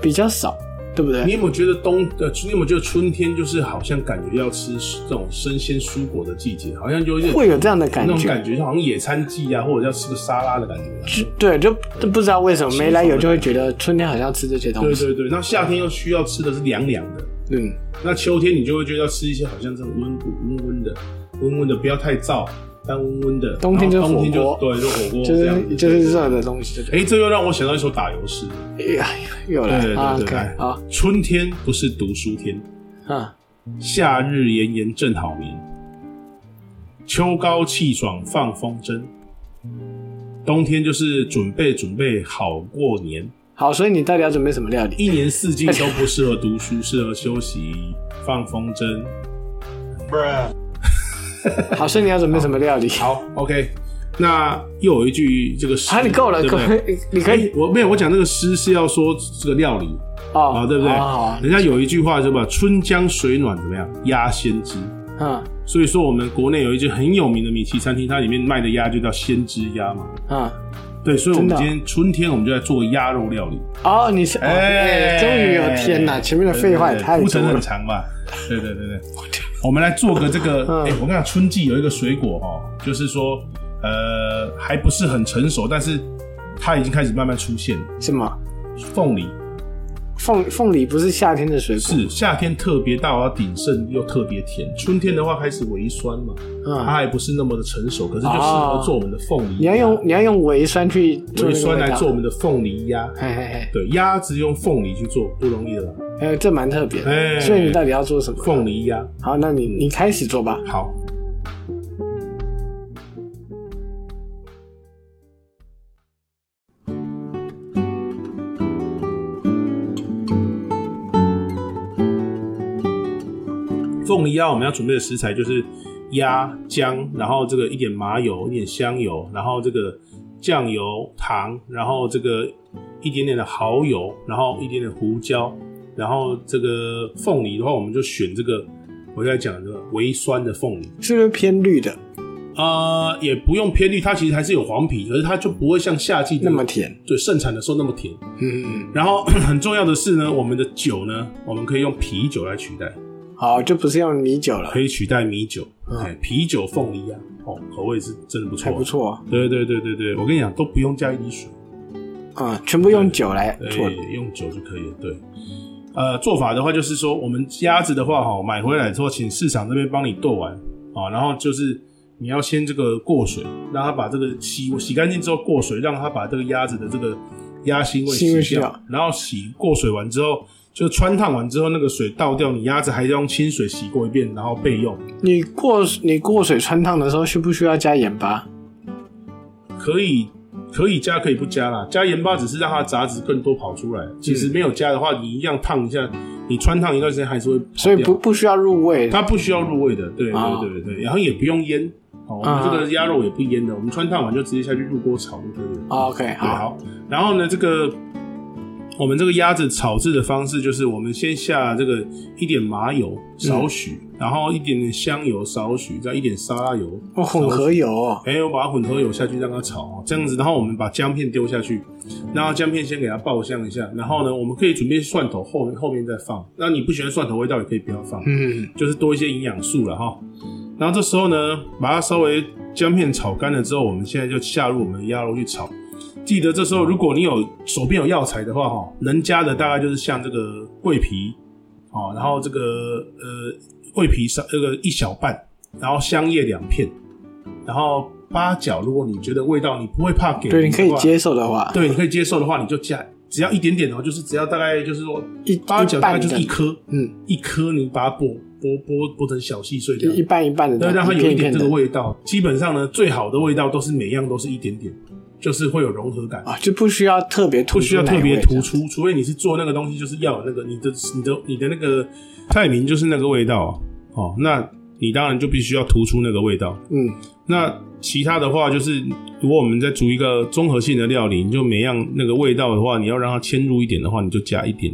[SPEAKER 2] 比较少，对不
[SPEAKER 1] 你
[SPEAKER 2] 对？
[SPEAKER 1] 有没有觉得冬呃，你有没有觉得春天就是好像感觉要吃这种生鲜蔬果的季节，好像就有点
[SPEAKER 2] 会有这样的
[SPEAKER 1] 那
[SPEAKER 2] 感
[SPEAKER 1] 种
[SPEAKER 2] 觉，
[SPEAKER 1] 感觉，就好像野餐季啊，或者要吃个沙拉的感觉啊、
[SPEAKER 2] 就对，就就不知道为什么
[SPEAKER 1] 清爽
[SPEAKER 2] 没来由就会觉得春天好像要吃这些东
[SPEAKER 1] 对
[SPEAKER 2] 西。
[SPEAKER 1] 对对，那夏天又需要吃的是凉凉的，
[SPEAKER 2] 嗯，
[SPEAKER 1] 那秋天你就会觉得要吃一些好像这种温温温的、温温的，不要太燥，但温温的。
[SPEAKER 2] 冬天就
[SPEAKER 1] 然后冬天就
[SPEAKER 2] 火锅
[SPEAKER 1] 对，就火锅
[SPEAKER 2] 就
[SPEAKER 1] 这样
[SPEAKER 2] 是
[SPEAKER 1] 子。
[SPEAKER 2] 就是热的东西，
[SPEAKER 1] 哎，这又让我想到一首打油诗：
[SPEAKER 2] 哎呀，有了
[SPEAKER 1] 对对对
[SPEAKER 2] 啊
[SPEAKER 1] 对
[SPEAKER 2] ，OK，
[SPEAKER 1] 来
[SPEAKER 2] 好，
[SPEAKER 1] 春天不是读书天，
[SPEAKER 2] 嗯，
[SPEAKER 1] 夏日炎炎正好眠，秋高气爽放风筝，冬天就是准备准备好过年，
[SPEAKER 2] 好，所以你到底要准备什么料理？
[SPEAKER 1] 一年四季都不适合读书，适合休息、放风筝。
[SPEAKER 2] 好，所以你要准备什么料理？
[SPEAKER 1] 好，OK，那又有一句这个诗，
[SPEAKER 2] 啊，你够了，
[SPEAKER 1] 对
[SPEAKER 2] 够
[SPEAKER 1] 不
[SPEAKER 2] 了
[SPEAKER 1] 对？，
[SPEAKER 2] 你可以
[SPEAKER 1] 哎我没有，我讲这个诗是要说这个料理啊，
[SPEAKER 2] 哦，
[SPEAKER 1] 对不对
[SPEAKER 2] 好好好？
[SPEAKER 1] 人家有一句话是吧？春江水暖怎么样？鸭先知。
[SPEAKER 2] 嗯
[SPEAKER 1] 所以说，我们国内有一间很有名的米其餐厅，它里面卖的鸭就叫先知鸭嘛。
[SPEAKER 2] 嗯，
[SPEAKER 1] 对，所以我
[SPEAKER 2] 真
[SPEAKER 1] 们
[SPEAKER 2] 的啊
[SPEAKER 1] 今天春天我们就在做鸭肉料理。
[SPEAKER 2] 哦，你是，哎，终于有天
[SPEAKER 1] 哎
[SPEAKER 2] 呐，前面的废话也太
[SPEAKER 1] 铺
[SPEAKER 2] 多
[SPEAKER 1] 陈
[SPEAKER 2] 了
[SPEAKER 1] 很。长吧？对对对对，我们来做个这个，
[SPEAKER 2] 嗯
[SPEAKER 1] 哎、我跟你讲，春季有一个水果哦，就是说，呃，还不是很成熟，但是它已经开始慢慢出现了。
[SPEAKER 2] 什么？
[SPEAKER 1] 凤梨
[SPEAKER 2] 凤凤梨不是夏天的水果？
[SPEAKER 1] 是夏天特别大，然后鼎盛又特别甜，春天的话开始微酸嘛，它
[SPEAKER 2] 嗯，啊
[SPEAKER 1] 还不是那么的成熟，可是就适合做我们的凤梨。
[SPEAKER 2] 你要用你要用维酸去做那
[SPEAKER 1] 微
[SPEAKER 2] 个
[SPEAKER 1] 酸
[SPEAKER 2] 味
[SPEAKER 1] 来
[SPEAKER 2] 道
[SPEAKER 1] 做我们的凤梨鸭。
[SPEAKER 2] 嘿嘿嘿，
[SPEAKER 1] 对，鸭子用凤梨去做不容易的啦，
[SPEAKER 2] 哎，这蛮特别的。
[SPEAKER 1] 哎
[SPEAKER 2] 所以你到底要做什么？
[SPEAKER 1] 凤。梨鸭
[SPEAKER 2] 好，那你你开始做吧。
[SPEAKER 1] 好。凤梨鸭我们要准备的食材就是鸭、姜，然后这个一点麻油、一点香油，然后这个酱油、糖，然后这个一点点的蚝油，然后一点点胡椒，然后这个凤梨的话，我们就选这个我刚才讲的微酸的凤梨。
[SPEAKER 2] 是不是偏绿的
[SPEAKER 1] 呃，也不用偏绿，它其实还是有黄皮，可是它就不会像夏季的
[SPEAKER 2] 那么甜？
[SPEAKER 1] 对盛产的时候那么甜。
[SPEAKER 2] 嗯嗯
[SPEAKER 1] 然后 很重要的是呢，我们的酒呢，我们可以用啤酒来取代，
[SPEAKER 2] 嗯，好，就不是用米酒了
[SPEAKER 1] 可，以取代米酒，
[SPEAKER 2] 嗯
[SPEAKER 1] 哎、啤酒凤梨啊，哦，口味是真的不错，
[SPEAKER 2] 还不。错啊，
[SPEAKER 1] 对对对对对，我跟你讲，都不用加一滴水，
[SPEAKER 2] 嗯，全部用酒来做
[SPEAKER 1] 对，用酒就可以了。对，呃，做法的话就是说，我们鸭子的话哈、买回来之后，请市场这边帮你剁完啊、然后就是你要先这个过水，让它把这个洗洗干净之后过水，让它把这个鸭子的这个鸭腥味
[SPEAKER 2] 腥味
[SPEAKER 1] 洗
[SPEAKER 2] 去
[SPEAKER 1] 掉
[SPEAKER 2] 掉，
[SPEAKER 1] 然后洗过水完之后。就穿烫完之后，那个水倒掉，你鸭子还要用清水洗过一遍，然后备用。
[SPEAKER 2] 你过你过水穿烫的时候，需不需要加盐巴？
[SPEAKER 1] 可以可以加，可以不加啦。加盐巴只是让它杂质更多跑出来。
[SPEAKER 2] 嗯
[SPEAKER 1] 其实没有加的话，你一样烫一下，你穿烫一段时间还是会跑掉。
[SPEAKER 2] 所以不不需要入味，
[SPEAKER 1] 它不需要入味的，对
[SPEAKER 2] 啊
[SPEAKER 1] 对对对，然后也不用腌。哦，我们这个鸭肉也不腌的，我们穿烫完就直接下去入锅炒就可以了。
[SPEAKER 2] 哦 OK，
[SPEAKER 1] 对，
[SPEAKER 2] 好，
[SPEAKER 1] 好。然后呢，这个我们这个鸭子炒制的方式就是，我们先下这个一点麻油少许，
[SPEAKER 2] 嗯
[SPEAKER 1] 然后一点点香油少许，再一点沙拉油
[SPEAKER 2] 哦，混合油哦，
[SPEAKER 1] 哎、我把它混合油下去让它炒哦，这样子，然后我们把姜片丢下去，然后姜片先给它爆香一下，然后呢，我们可以准备蒜头，后面后面再放。那你不喜欢蒜头味道也可以不要放，
[SPEAKER 2] 嗯，
[SPEAKER 1] 就是多一些营养素了哈。然后这时候呢，把它稍微姜片炒干了之后，我们现在就下入我们的鸭肉去炒。记得这时候，如果你有手边有药材的话，哈，能加的大概就是像这个桂皮，哦，然后这个呃桂皮少这个一小半，然后香叶两片，然后八角。如果你觉得味道你不会怕给，
[SPEAKER 2] 对，你可以，接受的话，
[SPEAKER 1] 对，你可以接受的话，你就加，只要一点点哦，就是只要大概就是说
[SPEAKER 2] 一
[SPEAKER 1] 八角
[SPEAKER 2] 一
[SPEAKER 1] 大概
[SPEAKER 2] 半
[SPEAKER 1] 就是一
[SPEAKER 2] 的，
[SPEAKER 1] 颗，
[SPEAKER 2] 嗯，
[SPEAKER 1] 一颗你把它剥剥剥剥成小细碎这
[SPEAKER 2] 一一
[SPEAKER 1] 样，
[SPEAKER 2] 半一半的这
[SPEAKER 1] 对，
[SPEAKER 2] 样，
[SPEAKER 1] 让它有
[SPEAKER 2] 片
[SPEAKER 1] 一点
[SPEAKER 2] 片
[SPEAKER 1] 这
[SPEAKER 2] 的
[SPEAKER 1] 个味道。基本上呢，最好的味道都是每样都是一点点，就是会有融合感，
[SPEAKER 2] 啊，就不需要特别突出
[SPEAKER 1] 不需要
[SPEAKER 2] 奶
[SPEAKER 1] 特别
[SPEAKER 2] 味
[SPEAKER 1] 突出，除非你是做那个东西，就是要有那个你的你的你的那
[SPEAKER 2] 啊
[SPEAKER 1] 个菜名就是那个味道啊哦，那你当然就必须要突出那个味道。
[SPEAKER 2] 嗯，
[SPEAKER 1] 那其他的话就是，如果我们在煮一个综合性的料理，你就每样那个味道的话，你要让它嵌入一点的话，你就加一点，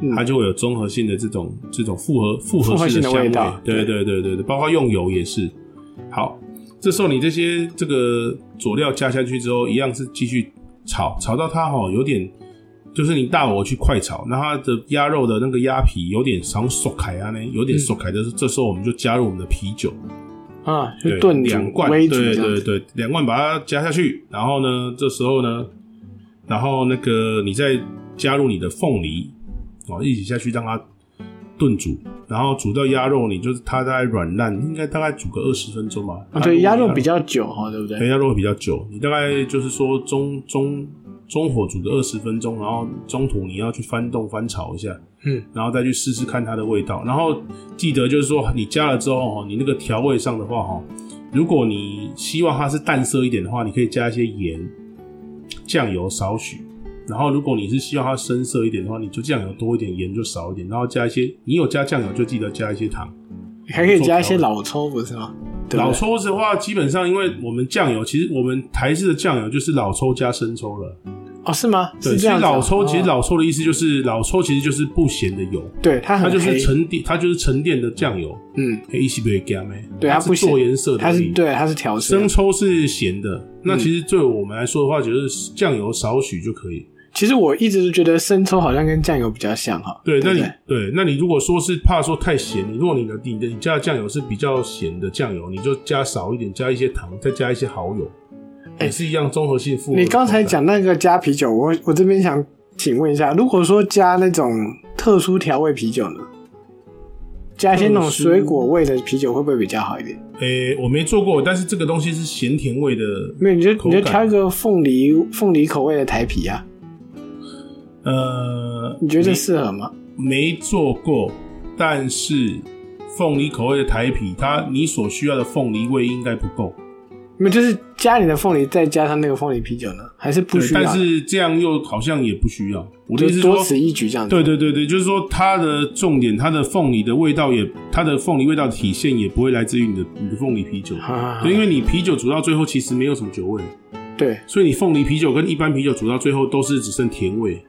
[SPEAKER 2] 嗯
[SPEAKER 1] 它就会有综合性的这种这种复合复
[SPEAKER 2] 复合
[SPEAKER 1] 合
[SPEAKER 2] 性
[SPEAKER 1] 性
[SPEAKER 2] 的
[SPEAKER 1] 的香
[SPEAKER 2] 味
[SPEAKER 1] 味
[SPEAKER 2] 道
[SPEAKER 1] 对对对对对，包括用油也是。好，这时候你这些这个佐料加下去之后，一样是继续炒，炒到它哈有点，就是你大火去快炒，那它的鸭肉的那个鸭皮有点常缩开啊呢，有点缩开的时候，这时候我们就加入我们的啤酒。
[SPEAKER 2] 啊，就
[SPEAKER 1] 对，
[SPEAKER 2] 炖煮
[SPEAKER 1] 两罐，
[SPEAKER 2] 微
[SPEAKER 1] 对
[SPEAKER 2] 煮这
[SPEAKER 1] 对
[SPEAKER 2] 样
[SPEAKER 1] 对
[SPEAKER 2] 子，
[SPEAKER 1] 对，两罐把它加下去，然后呢，这时候呢，然后那个你再加入你的凤梨哦，一起下去让它炖煮，然后煮到鸭肉，你就是它大概软烂，应该大概煮个二十分钟吧。
[SPEAKER 2] 啊，对，鸭肉比
[SPEAKER 1] 较，
[SPEAKER 2] 较久哈，对不对？
[SPEAKER 1] 对鸭肉会比较久，你大概就是说中中中火煮个二十分钟，然后中途你要去翻动翻炒一下，
[SPEAKER 2] 嗯，
[SPEAKER 1] 然后再去试试看它的味道。然后记得就是说，你加了之后哦，你那个调味上的话哦，如果你希望它是淡色一点的话，你可以加一些盐、酱油少许。然后如果你是希望它深色一点的话，你就酱油多一点，盐就少一点，然后加一些，你有加酱油就记得加一些糖。
[SPEAKER 2] 还可以加一些老抽，不是吗？对不
[SPEAKER 1] 老
[SPEAKER 2] 对
[SPEAKER 1] 抽的话，基本上因为我们酱油，其实我们台式的酱油就是老抽加生抽了。
[SPEAKER 2] 哦，是吗？
[SPEAKER 1] 对，
[SPEAKER 2] 是
[SPEAKER 1] 其
[SPEAKER 2] 这
[SPEAKER 1] 实
[SPEAKER 2] 样子啊。
[SPEAKER 1] 老抽，
[SPEAKER 2] 哦
[SPEAKER 1] 其实老抽的意思就是老抽其实就是不咸的油，
[SPEAKER 2] 对它
[SPEAKER 1] 它
[SPEAKER 2] 很
[SPEAKER 1] 就是
[SPEAKER 2] 黑，
[SPEAKER 1] 沉淀，它就是沉淀的酱油。
[SPEAKER 2] 嗯，
[SPEAKER 1] 黑一起不会干没？
[SPEAKER 2] 对它
[SPEAKER 1] 它
[SPEAKER 2] 不
[SPEAKER 1] 是
[SPEAKER 2] 咸
[SPEAKER 1] 做颜色的
[SPEAKER 2] 它
[SPEAKER 1] 而已，
[SPEAKER 2] 是对它是嗯调
[SPEAKER 1] 生
[SPEAKER 2] 制。
[SPEAKER 1] 抽是咸的，那其实对我们来说的话，就是酱油少许就可以。
[SPEAKER 2] 其实我一直都觉得生抽好像跟酱油比较像哈。
[SPEAKER 1] 对，
[SPEAKER 2] 对
[SPEAKER 1] 那
[SPEAKER 2] 不
[SPEAKER 1] 你
[SPEAKER 2] 对
[SPEAKER 1] 对，那你如果说是怕说太咸，你如果你的你的你加的酱油是比较咸的酱油，你就加少一点，加一些糖，再加一些蚝油，
[SPEAKER 2] 哎
[SPEAKER 1] 也是一样综合性复合。
[SPEAKER 2] 你刚才，讲那个加啤酒，我我这边想请问一下，如果说加那种特殊调味啤酒呢？加一些那种
[SPEAKER 1] 特殊
[SPEAKER 2] 水果味的啤酒会不会比较好一点？
[SPEAKER 1] 诶、我没做过，但是这个东西是咸甜味的。
[SPEAKER 2] 没有，你就
[SPEAKER 1] 口
[SPEAKER 2] 你
[SPEAKER 1] 感
[SPEAKER 2] 就挑一个凤梨凤梨口味的台啤啊，
[SPEAKER 1] 呃，
[SPEAKER 2] 你觉得适合吗？
[SPEAKER 1] 没做过，但是凤梨口味的台啤，它你所需要的凤梨味应该不够。
[SPEAKER 2] 没有，就是加你的凤梨，再加上那个凤梨啤酒呢，还是不
[SPEAKER 1] 对，
[SPEAKER 2] 需要？
[SPEAKER 1] 但是这样又好像也不需要。我的意思
[SPEAKER 2] 就是多
[SPEAKER 1] 说，
[SPEAKER 2] 此一举这样子。
[SPEAKER 1] 对对对对，就是说它的重点，它的凤梨的味道也，它的凤梨味道的体现也不会来自于你的你的凤梨啤酒，
[SPEAKER 2] 啊，
[SPEAKER 1] 对，因为你啤酒煮到最后其实没有什么酒味，
[SPEAKER 2] 对，
[SPEAKER 1] 所以你凤梨啤酒跟一般啤酒煮到最后都是只剩甜味，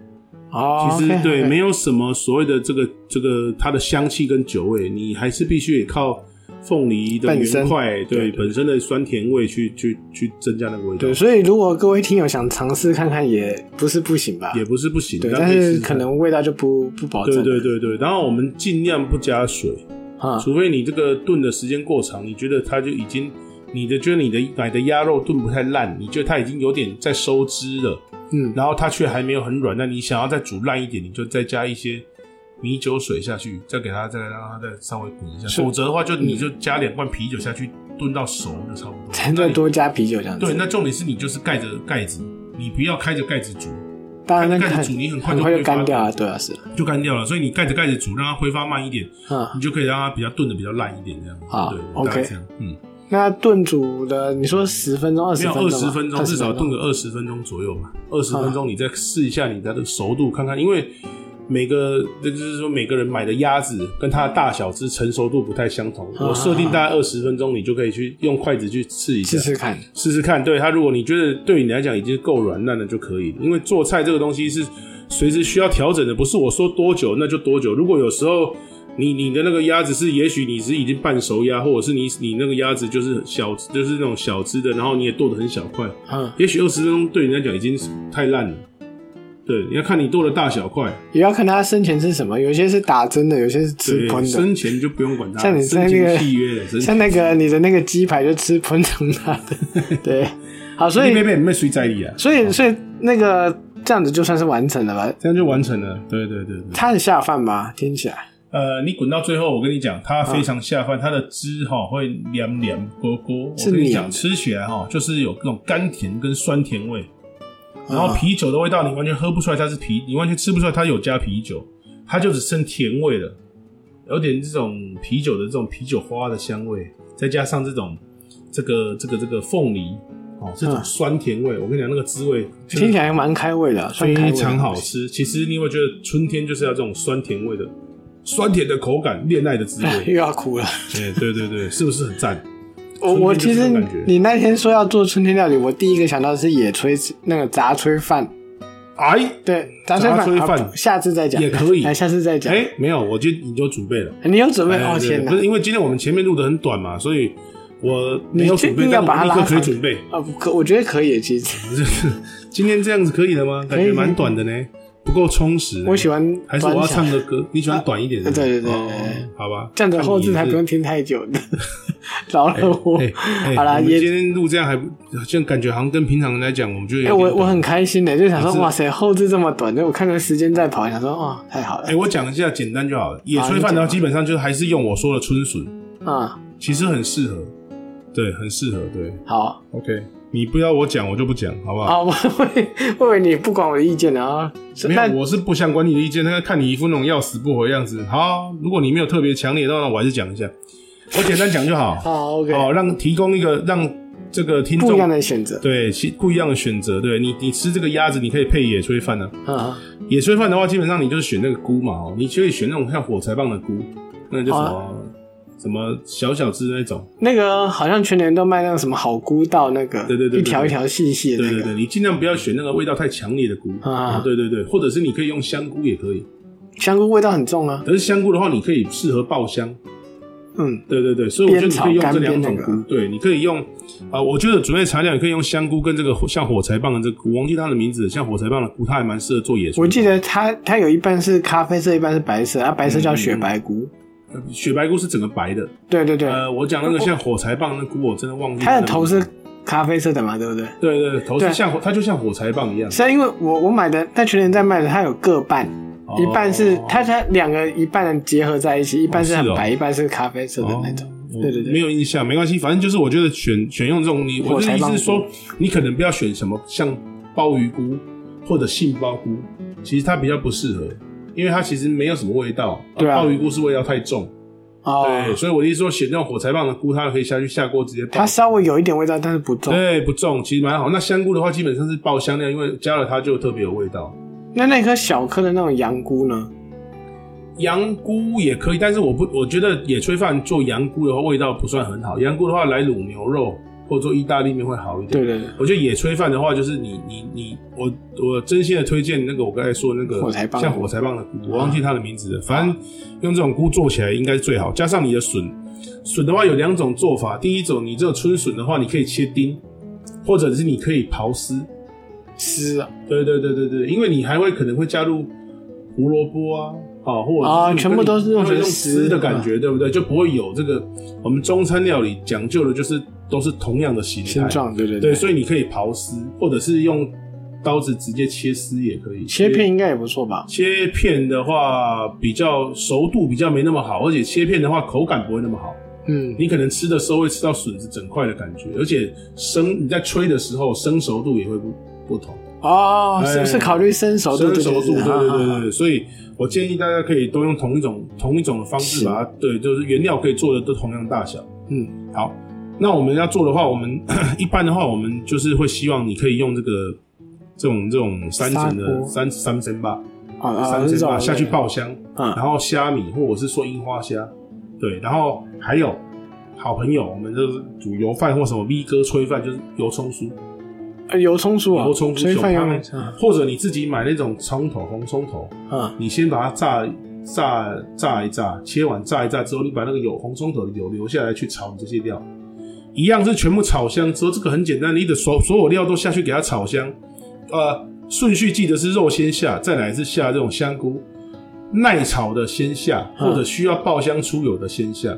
[SPEAKER 2] 哦，
[SPEAKER 1] 其实
[SPEAKER 2] OK，
[SPEAKER 1] 对，
[SPEAKER 2] OK
[SPEAKER 1] 没有什么所谓的这个这个它的香气跟酒味，你还是必须得靠凤梨的
[SPEAKER 2] 本身
[SPEAKER 1] 原块，
[SPEAKER 2] 对
[SPEAKER 1] 对本身的酸甜味去去去增加那个味道
[SPEAKER 2] 对，，所以如果各位听友想尝试看看，也不是不行吧？
[SPEAKER 1] 也不是不行，
[SPEAKER 2] 对，
[SPEAKER 1] 但
[SPEAKER 2] 但
[SPEAKER 1] 可以
[SPEAKER 2] 是
[SPEAKER 1] 试试看
[SPEAKER 2] 可能味道就不不保证
[SPEAKER 1] 对
[SPEAKER 2] 了。
[SPEAKER 1] 对对对，然后我们尽量不加水，
[SPEAKER 2] 啊，
[SPEAKER 1] 除非你这个炖的时间过长，你觉得它就已经，你的觉得你的买的鸭肉炖不太烂，你觉得它已经有点在收汁了，
[SPEAKER 2] 嗯，
[SPEAKER 1] 然后它却还没有很软，那你想要再煮烂一点，你就再加一些米酒水下去，再给它再让它再稍微滚一下，
[SPEAKER 2] 是
[SPEAKER 1] 否则的话就你就加两罐啤酒下去炖到熟就 差不多，
[SPEAKER 2] 才再多加啤酒这样子。
[SPEAKER 1] 对，那重点是你就是盖着盖子，你不要开着盖子煮，
[SPEAKER 2] 当然那
[SPEAKER 1] 盖
[SPEAKER 2] 个
[SPEAKER 1] 子煮你很快
[SPEAKER 2] 很
[SPEAKER 1] 就
[SPEAKER 2] 快
[SPEAKER 1] 挥
[SPEAKER 2] 就
[SPEAKER 1] 发
[SPEAKER 2] 干掉啊，对啊是，
[SPEAKER 1] 就干掉了，所以你盖着盖着煮，让它挥发慢一点，
[SPEAKER 2] 嗯，
[SPEAKER 1] 你就可以让它比较炖的比较烂一点这样。
[SPEAKER 2] 啊
[SPEAKER 1] 对
[SPEAKER 2] OK
[SPEAKER 1] 大概这样，嗯，
[SPEAKER 2] 那炖煮的你说十分钟、二
[SPEAKER 1] 没
[SPEAKER 2] 十
[SPEAKER 1] 有
[SPEAKER 2] 分钟
[SPEAKER 1] 二
[SPEAKER 2] 吗，
[SPEAKER 1] 十分钟，啊
[SPEAKER 2] 20
[SPEAKER 1] 至少炖个二十分钟左右吧。二十分钟你再试一下你的熟度，看看，因为每个就是说每个人买的鸭子跟它的大小之成熟度不太相同。
[SPEAKER 2] 啊
[SPEAKER 1] 我设定大概二十分钟，你就可以去用筷子去试一下
[SPEAKER 2] 试。试看。
[SPEAKER 1] 试试看。对它，如果你觉得对你来讲已经够软烂了就可以，因为做菜这个东西是随时需要调整的，不是我说多久那就多久。如果有时候你你的那个鸭子是，也许你是已经半熟鸭，或者是你你那个鸭子就是小，就是那种小只的，然后你也剁得很小块，
[SPEAKER 2] 嗯，
[SPEAKER 1] 也许二十分钟对你来讲已经是太烂了。对，你要看你剁的大小块，
[SPEAKER 2] 也要看它生前是什么，有些是打针的，有些是吃
[SPEAKER 1] 对，
[SPEAKER 2] 喷的。
[SPEAKER 1] 生前就不用管它，
[SPEAKER 2] 像你在
[SPEAKER 1] 生
[SPEAKER 2] 那个
[SPEAKER 1] 前契约的，生前
[SPEAKER 2] 像那个你的那个鸡排就吃喷成它的，对。好，所
[SPEAKER 1] 你
[SPEAKER 2] 以
[SPEAKER 1] 没被没谁在意啊，
[SPEAKER 2] 所以所以那个这样子就算是完成了吧？
[SPEAKER 1] 这样就完成了。对对对对。
[SPEAKER 2] 它很下饭吧？听起来，
[SPEAKER 1] 呃，你滚到最后，我跟你讲，它非常下饭，它的汁哈会凉凉锅锅。我
[SPEAKER 2] 是
[SPEAKER 1] 跟你
[SPEAKER 2] 黏
[SPEAKER 1] 讲，
[SPEAKER 2] 的
[SPEAKER 1] 吃起来哈就是有那种甘甜跟酸甜味，然后
[SPEAKER 2] 啊
[SPEAKER 1] 啤酒的味道你完全喝不出来它是啤，你完全吃不出来它有加啤酒，它就只剩甜味了，有点这种啤酒的这种啤酒花的香味，再加上这种这个这个这个凤梨哦这种
[SPEAKER 2] 嗯
[SPEAKER 1] 酸甜味，我跟你讲那个滋味真的
[SPEAKER 2] 听起来蛮开胃的，算开胃
[SPEAKER 1] 非
[SPEAKER 2] 的
[SPEAKER 1] 常好吃。其实你有没有觉得春天就是要这种酸甜味的、酸甜的口感、恋爱的滋
[SPEAKER 2] 又
[SPEAKER 1] 味？
[SPEAKER 2] 要哭了。
[SPEAKER 1] 哎，对对对，是不是很赞？
[SPEAKER 2] 我我其
[SPEAKER 1] 春天
[SPEAKER 2] 实
[SPEAKER 1] 就是这种感觉
[SPEAKER 2] 你那天说要做春天料理，我第一个想到的是野炊那个杂炊饭，
[SPEAKER 1] 哎
[SPEAKER 2] 对，杂炊
[SPEAKER 1] 杂
[SPEAKER 2] 饭，
[SPEAKER 1] 炊饭
[SPEAKER 2] 啊下次再讲
[SPEAKER 1] 也可以
[SPEAKER 2] 哎，下次再讲。
[SPEAKER 1] 哎，没有，我就你就准备了。
[SPEAKER 2] 你有准备？
[SPEAKER 1] 哎
[SPEAKER 2] 哦
[SPEAKER 1] 对
[SPEAKER 2] 天
[SPEAKER 1] 对
[SPEAKER 2] 哪
[SPEAKER 1] 不！是因为今天我们前面录的很短嘛，所以我没有
[SPEAKER 2] 你这
[SPEAKER 1] 准备，
[SPEAKER 2] 硬要
[SPEAKER 1] 但
[SPEAKER 2] 把
[SPEAKER 1] 我
[SPEAKER 2] 它
[SPEAKER 1] 立
[SPEAKER 2] 拉
[SPEAKER 1] 刻可以
[SPEAKER 2] 长
[SPEAKER 1] 准备。
[SPEAKER 2] 啊，不可我觉得可以，其实
[SPEAKER 1] 今天这样子可以了吗？感
[SPEAKER 2] 可
[SPEAKER 1] 觉
[SPEAKER 2] 以
[SPEAKER 1] 蛮短的呢，不够充实呢。
[SPEAKER 2] 我喜欢
[SPEAKER 1] 还是我要
[SPEAKER 2] 短小
[SPEAKER 1] 唱个歌，你喜欢短一点的？
[SPEAKER 2] 啊对对对
[SPEAKER 1] 哦
[SPEAKER 2] 对对
[SPEAKER 1] 好吧，
[SPEAKER 2] 这样子后置
[SPEAKER 1] 看
[SPEAKER 2] 才
[SPEAKER 1] 你
[SPEAKER 2] 不
[SPEAKER 1] 是
[SPEAKER 2] 用听太久 的，饶了我
[SPEAKER 1] 哎、。哎
[SPEAKER 2] 好啦，
[SPEAKER 1] 我们今
[SPEAKER 2] 也
[SPEAKER 1] 天录这样还不，好像感觉好像跟平常人来讲，我们就有
[SPEAKER 2] 哎，
[SPEAKER 1] 点
[SPEAKER 2] 我
[SPEAKER 1] 短
[SPEAKER 2] 我很开心的，就想说
[SPEAKER 1] 是
[SPEAKER 2] 哇塞，后置这么短，就我看看时间在跑，想说哦，太好
[SPEAKER 1] 哎、
[SPEAKER 2] 了
[SPEAKER 1] 我讲一下简单就好了。野
[SPEAKER 2] 好
[SPEAKER 1] 炊
[SPEAKER 2] 你
[SPEAKER 1] 饭
[SPEAKER 2] 讲
[SPEAKER 1] 的话，
[SPEAKER 2] 吧
[SPEAKER 1] 基本上就还是用我说的春笋，
[SPEAKER 2] 啊，
[SPEAKER 1] 其实很适合，对，很适合，对。
[SPEAKER 2] 好
[SPEAKER 1] OK，你不要我讲，我就不讲，好不好？
[SPEAKER 2] 啊好，我会我以 为你不管我的意见了啊，是
[SPEAKER 1] 啊没
[SPEAKER 2] 那
[SPEAKER 1] 有，我是不想管你的意见，但是看你一副那种要死不活的样子。好，如果你没有特别强烈的话，那我还是讲一下。我简单讲就好，
[SPEAKER 2] 好啊 OK，
[SPEAKER 1] 好、让提供一个让这个听
[SPEAKER 2] 不一样
[SPEAKER 1] 众
[SPEAKER 2] 的选择，
[SPEAKER 1] 对其不一样的选择。对你，你吃这个鸭子，你可以配野炊饭呢、
[SPEAKER 2] 啊，
[SPEAKER 1] 野炊饭的话，基本上你就是选那个菇嘛，哦，你可以选那种像火柴棒的菇，那个叫什么、
[SPEAKER 2] 啊
[SPEAKER 1] 什么小小只那种，
[SPEAKER 2] 那个好像全年都卖那个什么好菇道那个，
[SPEAKER 1] 对对对对
[SPEAKER 2] 一条一条细细的
[SPEAKER 1] 对
[SPEAKER 2] 那
[SPEAKER 1] 对
[SPEAKER 2] 个
[SPEAKER 1] 对，你尽量不要选那个味道太强烈的菇
[SPEAKER 2] 啊
[SPEAKER 1] 哦对对对，或者是你可以用香菇也可以，
[SPEAKER 2] 香菇味道很重啊，
[SPEAKER 1] 可是香菇的话，你可以适合爆香，
[SPEAKER 2] 嗯，
[SPEAKER 1] 对对对，所以我觉得你可以用这两种
[SPEAKER 2] 煸炒干煸
[SPEAKER 1] 菇，对，你可以用啊、我觉得准备材料你可以用香菇跟这个火像火柴棒的这个菇，忘记它的名字，像火柴棒的菇，它还蛮适合做野炊。
[SPEAKER 2] 我记得它它有一半是咖啡色，一半是白色，啊，白色
[SPEAKER 1] 嗯
[SPEAKER 2] 叫雪白菇，
[SPEAKER 1] 呃雪白菇是整个白的，
[SPEAKER 2] 对对对，
[SPEAKER 1] 呃，我讲那个像火柴棒那菇，我真的忘记
[SPEAKER 2] 它
[SPEAKER 1] 的
[SPEAKER 2] 的头是咖啡色的嘛，对不对？
[SPEAKER 1] 对对，对头是
[SPEAKER 2] 对
[SPEAKER 1] 像火，它就像火柴棒一样，
[SPEAKER 2] 是啊，因为我我买的在全年在卖的，它有各半，
[SPEAKER 1] 哦
[SPEAKER 2] 一半是它它两个一半结合在一起，一半是很白，一半是咖啡色的那种。
[SPEAKER 1] 哦
[SPEAKER 2] 对对
[SPEAKER 1] 没
[SPEAKER 2] 对，
[SPEAKER 1] 有印象，没关系，反正就是我觉得选选用这种你，我
[SPEAKER 2] 火
[SPEAKER 1] 的
[SPEAKER 2] 柴
[SPEAKER 1] 意
[SPEAKER 2] 棒
[SPEAKER 1] 思是说，你可能不要选什么像鲍鱼菇或者杏鲍菇，其实它比较不适合，因为它其实没有什么味道，
[SPEAKER 2] 对啊
[SPEAKER 1] 鲍鱼菇是味道太重，
[SPEAKER 2] 哦
[SPEAKER 1] 对，，所以我的意思说选那种火柴棒的菇，它可以下去下锅直接爆
[SPEAKER 2] 它。稍微有一点味道，但是不重。
[SPEAKER 1] 对，不重，其实蛮好。那香菇的话，基本上是爆香料，因为加了它就特别有味道。
[SPEAKER 2] 那那颗小颗的那种羊菇呢？
[SPEAKER 1] 羊菇也可以，但是我不，我觉得野炊饭做羊菇的话，味道不算很好。羊菇的话，来卤牛肉或者做意大利面会好一点。
[SPEAKER 2] 对对对，
[SPEAKER 1] 我觉得野炊饭的话，就是你你你我我真心的推荐那个我刚才说的那个
[SPEAKER 2] 火柴棒啊
[SPEAKER 1] 像火柴棒的菇，我忘记它的名字了。反正用这种菇做起来应该是最好，加上你的笋。笋的话有两种做法，第一种你这个春笋的话，你可以切丁，或者是你可以刨丝。
[SPEAKER 2] 吃啊
[SPEAKER 1] 对对对对对，因为你还会可能会加入胡萝卜啊，啊，或者
[SPEAKER 2] 啊
[SPEAKER 1] 是
[SPEAKER 2] 全部都是用
[SPEAKER 1] 用
[SPEAKER 2] 成丝
[SPEAKER 1] 丝的
[SPEAKER 2] 的啊
[SPEAKER 1] 感
[SPEAKER 2] 嘛
[SPEAKER 1] 觉，对不对？就不会有这个我们中餐料理讲究的就是都是同样的形
[SPEAKER 2] 形
[SPEAKER 1] 态，
[SPEAKER 2] 状，对对
[SPEAKER 1] 哎对，
[SPEAKER 2] 对，
[SPEAKER 1] 所以你可以刨丝，或者是用刀子直接切丝也可以。
[SPEAKER 2] 切片应该也不错吧？
[SPEAKER 1] 切片的话，比较熟度比较没那么好，而且切片的话口感不会那么好。
[SPEAKER 2] 嗯，
[SPEAKER 1] 你可能吃的时候会吃到笋子整块的感觉，而且生你在吹的时候生熟度也会不不同。
[SPEAKER 2] 哦，是
[SPEAKER 1] 哎
[SPEAKER 2] 是考虑生熟度，
[SPEAKER 1] 生熟度，对对对对
[SPEAKER 2] 对
[SPEAKER 1] 对，所以我建议大家可以都用同一种同一种的方式
[SPEAKER 2] 是
[SPEAKER 1] 把它，对，就是原料可以做的都同样大小。
[SPEAKER 2] 嗯，
[SPEAKER 1] 好，那我们要做的话，我们 一般的话，我们就是会希望你可以用这个这种这种三层
[SPEAKER 2] 砂
[SPEAKER 1] 的
[SPEAKER 2] 锅
[SPEAKER 1] 三三层吧，
[SPEAKER 2] 啊啊，
[SPEAKER 1] 三
[SPEAKER 2] 这
[SPEAKER 1] 层吧
[SPEAKER 2] 种
[SPEAKER 1] 下去爆香，
[SPEAKER 2] 嗯，
[SPEAKER 1] 然后虾米或者是说樱花虾，对，然后还有好朋友，我们就是煮油饭或什么咪哥炊饭，就是油葱酥。
[SPEAKER 2] 啊油葱酥啊，
[SPEAKER 1] 油葱
[SPEAKER 2] 所
[SPEAKER 1] 酥
[SPEAKER 2] 以
[SPEAKER 1] 酒
[SPEAKER 2] 饭
[SPEAKER 1] 汤
[SPEAKER 2] 用，啊
[SPEAKER 1] 或者你自己买那种葱头、红葱头，
[SPEAKER 2] 啊
[SPEAKER 1] 你先把它炸炸炸一炸，切完炸一炸之后，你把那个有红葱头的油留下来去炒你这些料，一样是全部炒香之后，这个很简单，你的所所有料都下去给它炒香，呃，顺序记得是肉先下，再来是下这种香菇，耐炒的先下，
[SPEAKER 2] 嗯
[SPEAKER 1] 或者需要爆香出油的先下，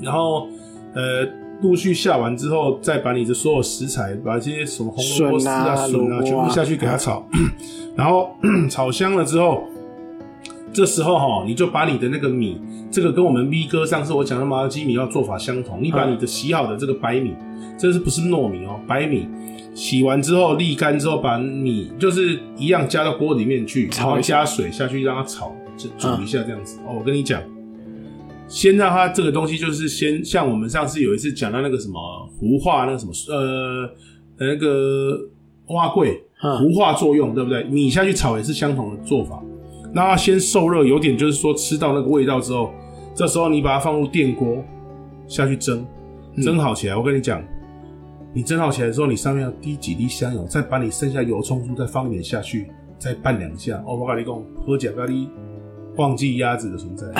[SPEAKER 1] 然后呃。陆续下完之后，再把你的所有食材，把这些什么红萝卜丝
[SPEAKER 2] 笋啊
[SPEAKER 1] 啊、笋
[SPEAKER 2] 萝
[SPEAKER 1] 啊，
[SPEAKER 2] 卜
[SPEAKER 1] 全部
[SPEAKER 2] 啊
[SPEAKER 1] 下去给它炒， 然后炒香了之后，这时候哈、你就把你的那个米，这个跟我们 V 哥上次我讲的麻油鸡米要做法相同，你把
[SPEAKER 2] 嗯
[SPEAKER 1] 你的洗好的这个白米，这是不是糯米哦？白米洗完之后沥干之后，把米就是一样加到锅里面去，然
[SPEAKER 2] 炒
[SPEAKER 1] 后
[SPEAKER 2] 一下嗯
[SPEAKER 1] 加水下去让它炒，就煮一下这样子。哦，我跟你讲。先让它这个东西，就是先像我们上次有一次讲到那个什么糊化那个什么呃那个蛙桂，
[SPEAKER 2] 啊
[SPEAKER 1] 糊化作用，对不对？米下去炒也是相同的做法。那它先受热，有点就是说吃到那个味道之后，这时候你把它放入电锅下去蒸，
[SPEAKER 2] 嗯
[SPEAKER 1] 蒸好起来。我跟你讲，你蒸好起来之后，你上面要滴几滴香油，再把你剩下油葱酥再放一点下去，再拌两下。哦，我跟你讲，喝甲咖喱忘记鸭子的存 在，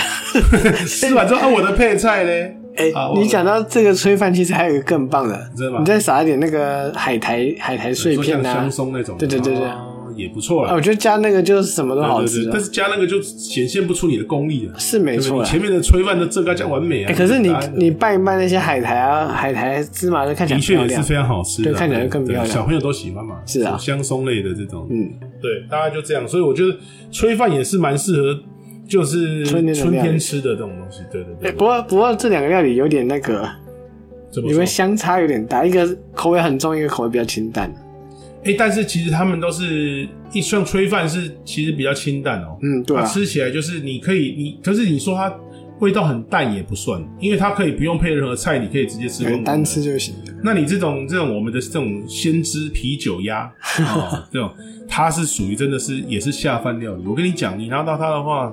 [SPEAKER 1] 吃完之后啊，我的配菜嘞，
[SPEAKER 2] 哎
[SPEAKER 1] 啊，我
[SPEAKER 2] 你讲到这个炊饭，其实还有一个更棒的，
[SPEAKER 1] 真的吗
[SPEAKER 2] 你再撒一点那个海苔海苔碎
[SPEAKER 1] 说
[SPEAKER 2] 片
[SPEAKER 1] 像
[SPEAKER 2] 啊
[SPEAKER 1] 香，松那种，
[SPEAKER 2] 对对对对
[SPEAKER 1] 哦也不错
[SPEAKER 2] 啊，
[SPEAKER 1] 啦
[SPEAKER 2] 我。觉得加那个就是什么都好
[SPEAKER 1] 对对
[SPEAKER 2] 吃
[SPEAKER 1] 对，
[SPEAKER 2] 啊
[SPEAKER 1] 但，是加那个就显现不出你的功力了。
[SPEAKER 2] 是没
[SPEAKER 1] 对不对
[SPEAKER 2] 错啊
[SPEAKER 1] 你
[SPEAKER 2] 啦。
[SPEAKER 1] 前面的炊饭的这个叫完美啊。
[SPEAKER 2] 哎可是你
[SPEAKER 1] 答案
[SPEAKER 2] 你拌一拌那些海苔啊，海苔芝麻就看起来
[SPEAKER 1] 的确
[SPEAKER 2] 漂
[SPEAKER 1] 也是
[SPEAKER 2] 亮。
[SPEAKER 1] 非常好吃的啊，
[SPEAKER 2] 对看起来更漂亮
[SPEAKER 1] 对小朋友都喜欢嘛，
[SPEAKER 2] 是啊
[SPEAKER 1] 香松类的这种，
[SPEAKER 2] 嗯，
[SPEAKER 1] 对，大概就这样。所以我觉得炊饭也是蛮适合，就是
[SPEAKER 2] 春天的料理
[SPEAKER 1] 天吃的这种东西。对对
[SPEAKER 2] 哎，
[SPEAKER 1] 对，
[SPEAKER 2] 不过不过这两个料理有点那个，
[SPEAKER 1] 怎么
[SPEAKER 2] 你们
[SPEAKER 1] 说？
[SPEAKER 2] 相差有点大，一个口味很重，一个口味比较清淡。
[SPEAKER 1] 哎，但是其实他们都是一像炊饭是其实比较清淡哦，
[SPEAKER 2] 嗯，对
[SPEAKER 1] 它
[SPEAKER 2] 啊，
[SPEAKER 1] 吃起来就是你可以你，可是你说它味道很淡也不算，因为它可以不用配任何菜，你可以直接吃光光的。
[SPEAKER 2] 单吃就行。
[SPEAKER 1] 那你这种这种我们的这种先知啤酒 鸭，哦，这种它是属于真的是也是下饭料理。我跟你讲，你拿到它的话，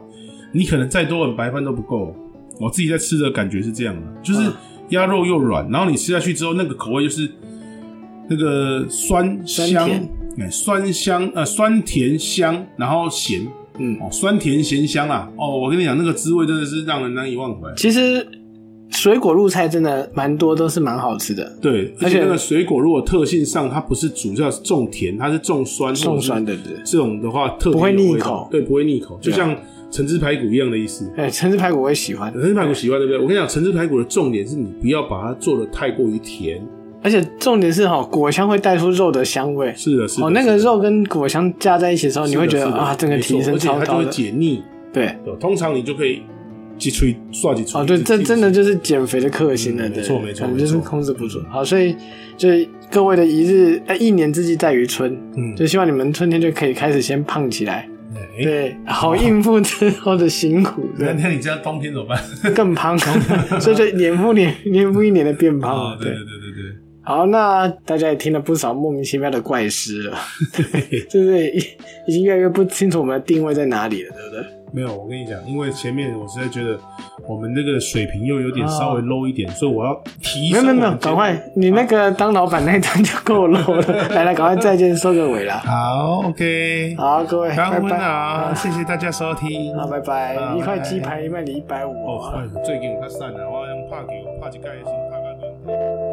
[SPEAKER 1] 你可能再多碗白饭都不够。我自己在吃的感觉是这样的，就是
[SPEAKER 2] 嗯
[SPEAKER 1] 鸭肉又软，然后你吃下去之后，那个口味就是那个酸
[SPEAKER 2] 酸
[SPEAKER 1] 香
[SPEAKER 2] 甜，
[SPEAKER 1] 哎，酸香呃酸甜香，然后咸
[SPEAKER 2] 嗯，
[SPEAKER 1] 哦，酸甜咸香啊，哦，我跟你讲，那个滋味真的是让人难以忘怀。
[SPEAKER 2] 其实水果入菜真的蛮多，都是蛮好吃的，
[SPEAKER 1] 对，而
[SPEAKER 2] 而
[SPEAKER 1] 且
[SPEAKER 2] 且
[SPEAKER 1] 那个水果如果特性上，它不是主要是重甜，它是重酸，
[SPEAKER 2] 送酸
[SPEAKER 1] 的
[SPEAKER 2] 的对。
[SPEAKER 1] 这种的话，特别
[SPEAKER 2] 不会
[SPEAKER 1] 有
[SPEAKER 2] 腻
[SPEAKER 1] 味道
[SPEAKER 2] 口
[SPEAKER 1] 对，不会腻口，就
[SPEAKER 2] 对啊
[SPEAKER 1] 像橙汁排骨一样的意思。
[SPEAKER 2] 哎，橙汁排骨我也喜欢，
[SPEAKER 1] 橙汁排骨喜欢对不对？我跟你讲，橙汁排骨的重点是你不要把它做的太过于甜。
[SPEAKER 2] 而且重点是哈、果香会带出肉的香味。
[SPEAKER 1] 是的，是的，
[SPEAKER 2] 哦，那
[SPEAKER 1] 是
[SPEAKER 2] 个
[SPEAKER 1] 的
[SPEAKER 2] 肉跟果香加在一起的时候，你会觉
[SPEAKER 1] 是
[SPEAKER 2] 得
[SPEAKER 1] 的
[SPEAKER 2] 啊，整个
[SPEAKER 1] 没错
[SPEAKER 2] 提升超
[SPEAKER 1] 而且它就
[SPEAKER 2] 高
[SPEAKER 1] 会
[SPEAKER 2] 的。
[SPEAKER 1] 解腻。
[SPEAKER 2] 对，
[SPEAKER 1] 对，通常你就可以几吹刷几吹。
[SPEAKER 2] 哦，对，
[SPEAKER 1] 几
[SPEAKER 2] 这
[SPEAKER 1] 几
[SPEAKER 2] 真的就是减肥的克星了，
[SPEAKER 1] 嗯
[SPEAKER 2] 对，
[SPEAKER 1] 没错没错
[SPEAKER 2] 可能就是
[SPEAKER 1] 没错嗯
[SPEAKER 2] 控制不住。好，所以就是各位的一日，呃，一年之计在于春，
[SPEAKER 1] 嗯，
[SPEAKER 2] 就希望你们春天就可以开始先胖起来，
[SPEAKER 1] 哎
[SPEAKER 2] 对，好应付之后的辛苦，
[SPEAKER 1] 那
[SPEAKER 2] 对，
[SPEAKER 1] 那你这样冬天怎么办？
[SPEAKER 2] 更胖，所以就年复年年复一年的变
[SPEAKER 1] 啊，
[SPEAKER 2] 胖，
[SPEAKER 1] 对对对对对。
[SPEAKER 2] 好，那大家也听了不少莫名其妙的 怪事了，对不对？已已经越来越不清楚我们的定位在哪里了，对不对？
[SPEAKER 1] 没有，我跟你讲，因为前面我实在觉得我们这个水平又有点稍微 low 一点，所以我要提
[SPEAKER 2] 没有
[SPEAKER 1] 升。
[SPEAKER 2] 没有没有，赶快！你那
[SPEAKER 1] 啊
[SPEAKER 2] 个当老板那一段就够 low 了。来来，赶快再见，收个尾啦。
[SPEAKER 1] 好，OK，
[SPEAKER 2] 好，各位，
[SPEAKER 1] 干
[SPEAKER 2] 拜
[SPEAKER 1] 温
[SPEAKER 2] 拜。
[SPEAKER 1] 啊，谢谢大家收听。
[SPEAKER 2] 好，拜拜。
[SPEAKER 1] 好
[SPEAKER 2] 一块
[SPEAKER 1] 拜拜哦
[SPEAKER 2] 鸡排卖你一百五。
[SPEAKER 1] 哦，哎最近较瘦啊，我怕球拍一届先拍到两。